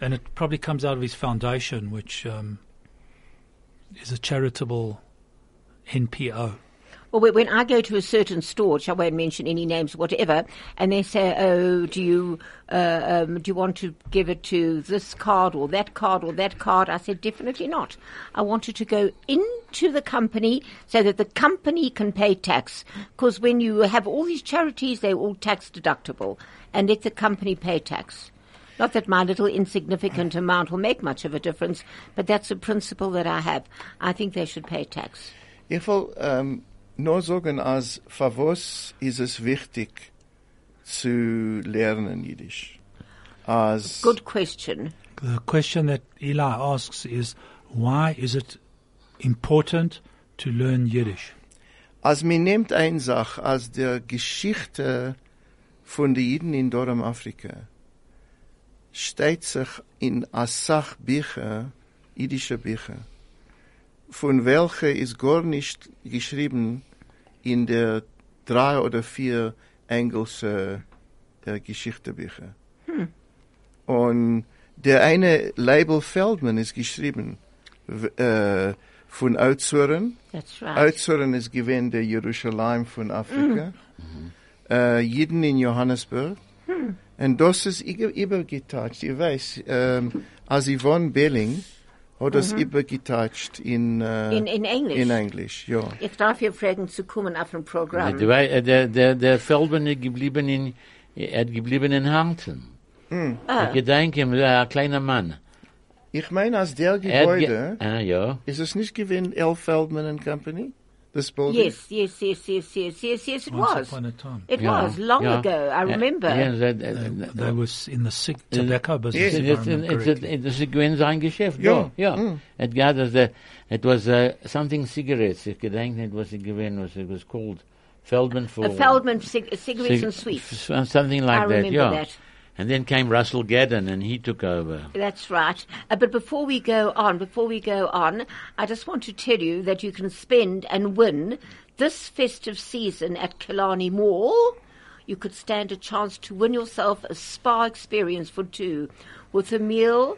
and it probably comes out of his foundation, which um, is a charitable NPO.
Well, when- when I go to a certain store, which I won't mention any names or whatever, and they say, "Oh, do you uh, um, do you want to give it to this card or that card or that card?" I said, "Definitely not. I want it to go into the company so that the company can pay tax. Because when you have all these charities, they're all tax deductible, and let the company pay tax." Not that my little insignificant amount will make much of a difference, but that's a principle that I have. I think they should pay tax.
Ich will ähm, nur sagen, als für was ist es wichtig zu lernen Jiddisch? as
Good question.
The question that Eli asks is, why is it important to learn Yiddish?
Als men nimmt eine Sache, als der Geschichte von den Jiden in Dorum Afrika, steht sich in Asach Bücher, jüdische Bücher, von welche ist gar nicht geschrieben in der drei oder vier englische äh, Geschichtebücher. Und der eine Label Feldman ist geschrieben w- äh, von Outsuren,
That's right.
Outsuren ist gewesen der Jerusalem von Afrika,
Mm.
äh, Jeden in Johannesburg. Und das ist über- übergetatscht. Ihr weiß, ähm, als Yvonne Belling hat das übergetatscht in, äh,
Mm-hmm. In- in English.
In Englisch, ja.
Ich darf hier fragen zu kommen auf ein Programm.
Der, wei- äh, der, der, der Feldman ist geblieben in, er hat geblieben in Hampton.
Hm.
Ah.
Ich gedenke ihm, er war ein kleiner Mann.
Ich meine, als der
Er hat ge-
Gebäude, eh?
ah, ja.
ist es nicht gewesen L. Feldman and Company? Das Building?
Yes, yes, yes, yes, yes, yes, yes, it
Once
was.
upon a time,
It
ja,
was long
ja.
ago, I
Ja,
remember.
ja, das- das- das-
they were s- in the cig- tobacco
Yes,
business. if I
it's,
remember
it's,
correctly. mm.
it's, it's a Gwen sein Geschäft.
Ja.
Ja, ja. It gathers the, it was uh, something cigarettes. Ich gedenke, it was a Gwen, was it was called Feldman for
A Feldman cig- cigarettes
cig-
and sweets.
f- f- something like
I
that.
remember
yeah.
that.
And then came Russell Gaddon, and he took over.
That's right. Uh, but before we go on, before we go on, I just want to tell you that you can spend and win this festive season at Killarney Mall. You could stand a chance to win yourself a spa experience for two with a meal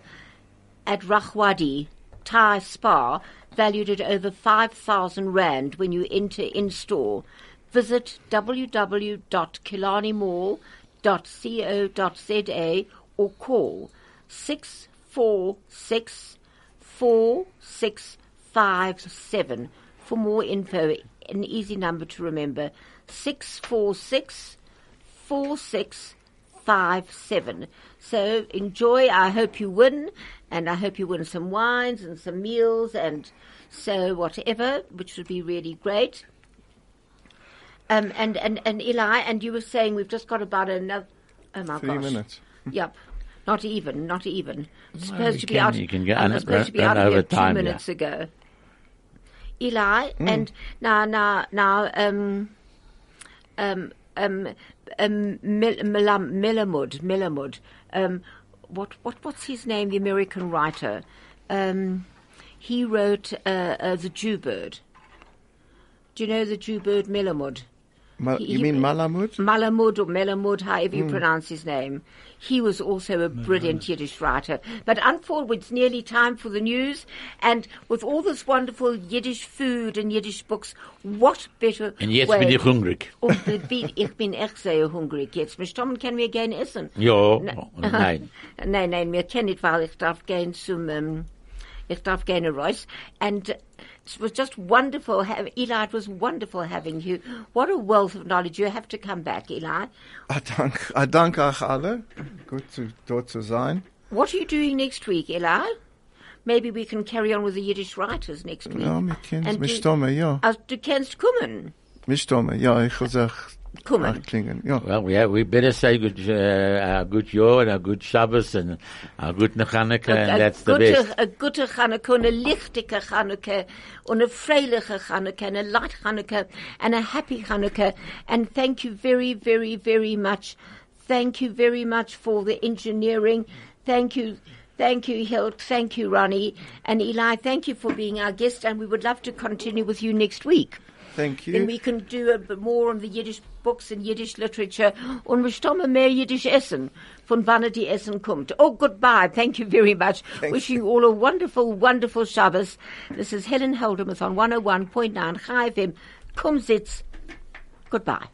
at Rahwadi Thai Spa, valued at over 5,000 Rand when you enter in store. Visit www.kilanimall.co.za or call 646 4657 for more info. An easy number to remember 646 4657. So enjoy. I hope you win, and I hope you win some wines and some meals and so whatever, which would be really great. Um, and, and, and Eli, and you were saying we've just got about another. Oh my
Three
gosh.
minutes.
Yep. Not even, not even. Supposed
you
to be
can-
out.
you can get
I
on
was
it,
supposed
run-
to be
run
out of
over
here
time, Hmm.
two
yeah.
minutes ago. Eli, and now, now, now, um, um, um, um, Mil- Milam- Millamud, Millamud, um, what, what, what's his name? The American writer. Um, he wrote uh, uh, the Jew Bird. Do you know the Jew Bird, Millamud?
Ma-
He-
you mean Malamud?
Malamud or Melamud, however
Hmm.
you pronounce his name. He was also a brilliant Yiddish writer. But unfortunately, it's nearly time for the news. And with all this wonderful Yiddish food and Yiddish books, what better
And jetzt
way-
bin ich hungrig.
Und bin- ich bin echt sehr hungrig jetzt. Bestimmt können wir gehen essen.
Ja, Oh,
Ne-
nein.
nein, nein, wir kennen nicht, weil ich darf gehen zum, ähm, ich darf gehen in Reus. And it was just wonderful, ha Eli, it was wonderful having you. What a wealth of knowledge. You have to come back, Eli.
Ah, dank, ah, danke auch alle. eh, Gut, zu, dort zu sein.
What are you doing next week, Eli? Maybe we can carry on with the Yiddish writers next week.
Ja, wir kennen,
And
wir
do-
stammen, ja.
Als du kennst kommen.
Wir stammen, ja, ich will sagen,
Kommen.
klingen, Ah, ja.
Well, we have, we better say good, uh, a good Yore and a good Shabbos and a good Nechaneke,
A-
and
a
that's the
goede-
best.
A gute Chanukah, and a lichtige Chanukah, and a freilige Chanukah, and a light Chanukah, and a happy Chanukah. And thank you very, very, very much. Thank you very much for the engineering. Thank you. Thank you, Hilt. Thank you, Ronnie. And Eli, thank you for being our guest. And we would love to continue with you next week.
Thank you.
Then we can do a bit more on the Yiddish books and Yiddish literature. Und wir stammen mehr Yiddish Essen, von wann die Essen kommt. Oh, goodbye. Thank you very much. Wishing you all a wonderful, wonderful Shabbos. oh This is Helen Holdermuth on 101.9 High FM. Kumsitz. Goodbye.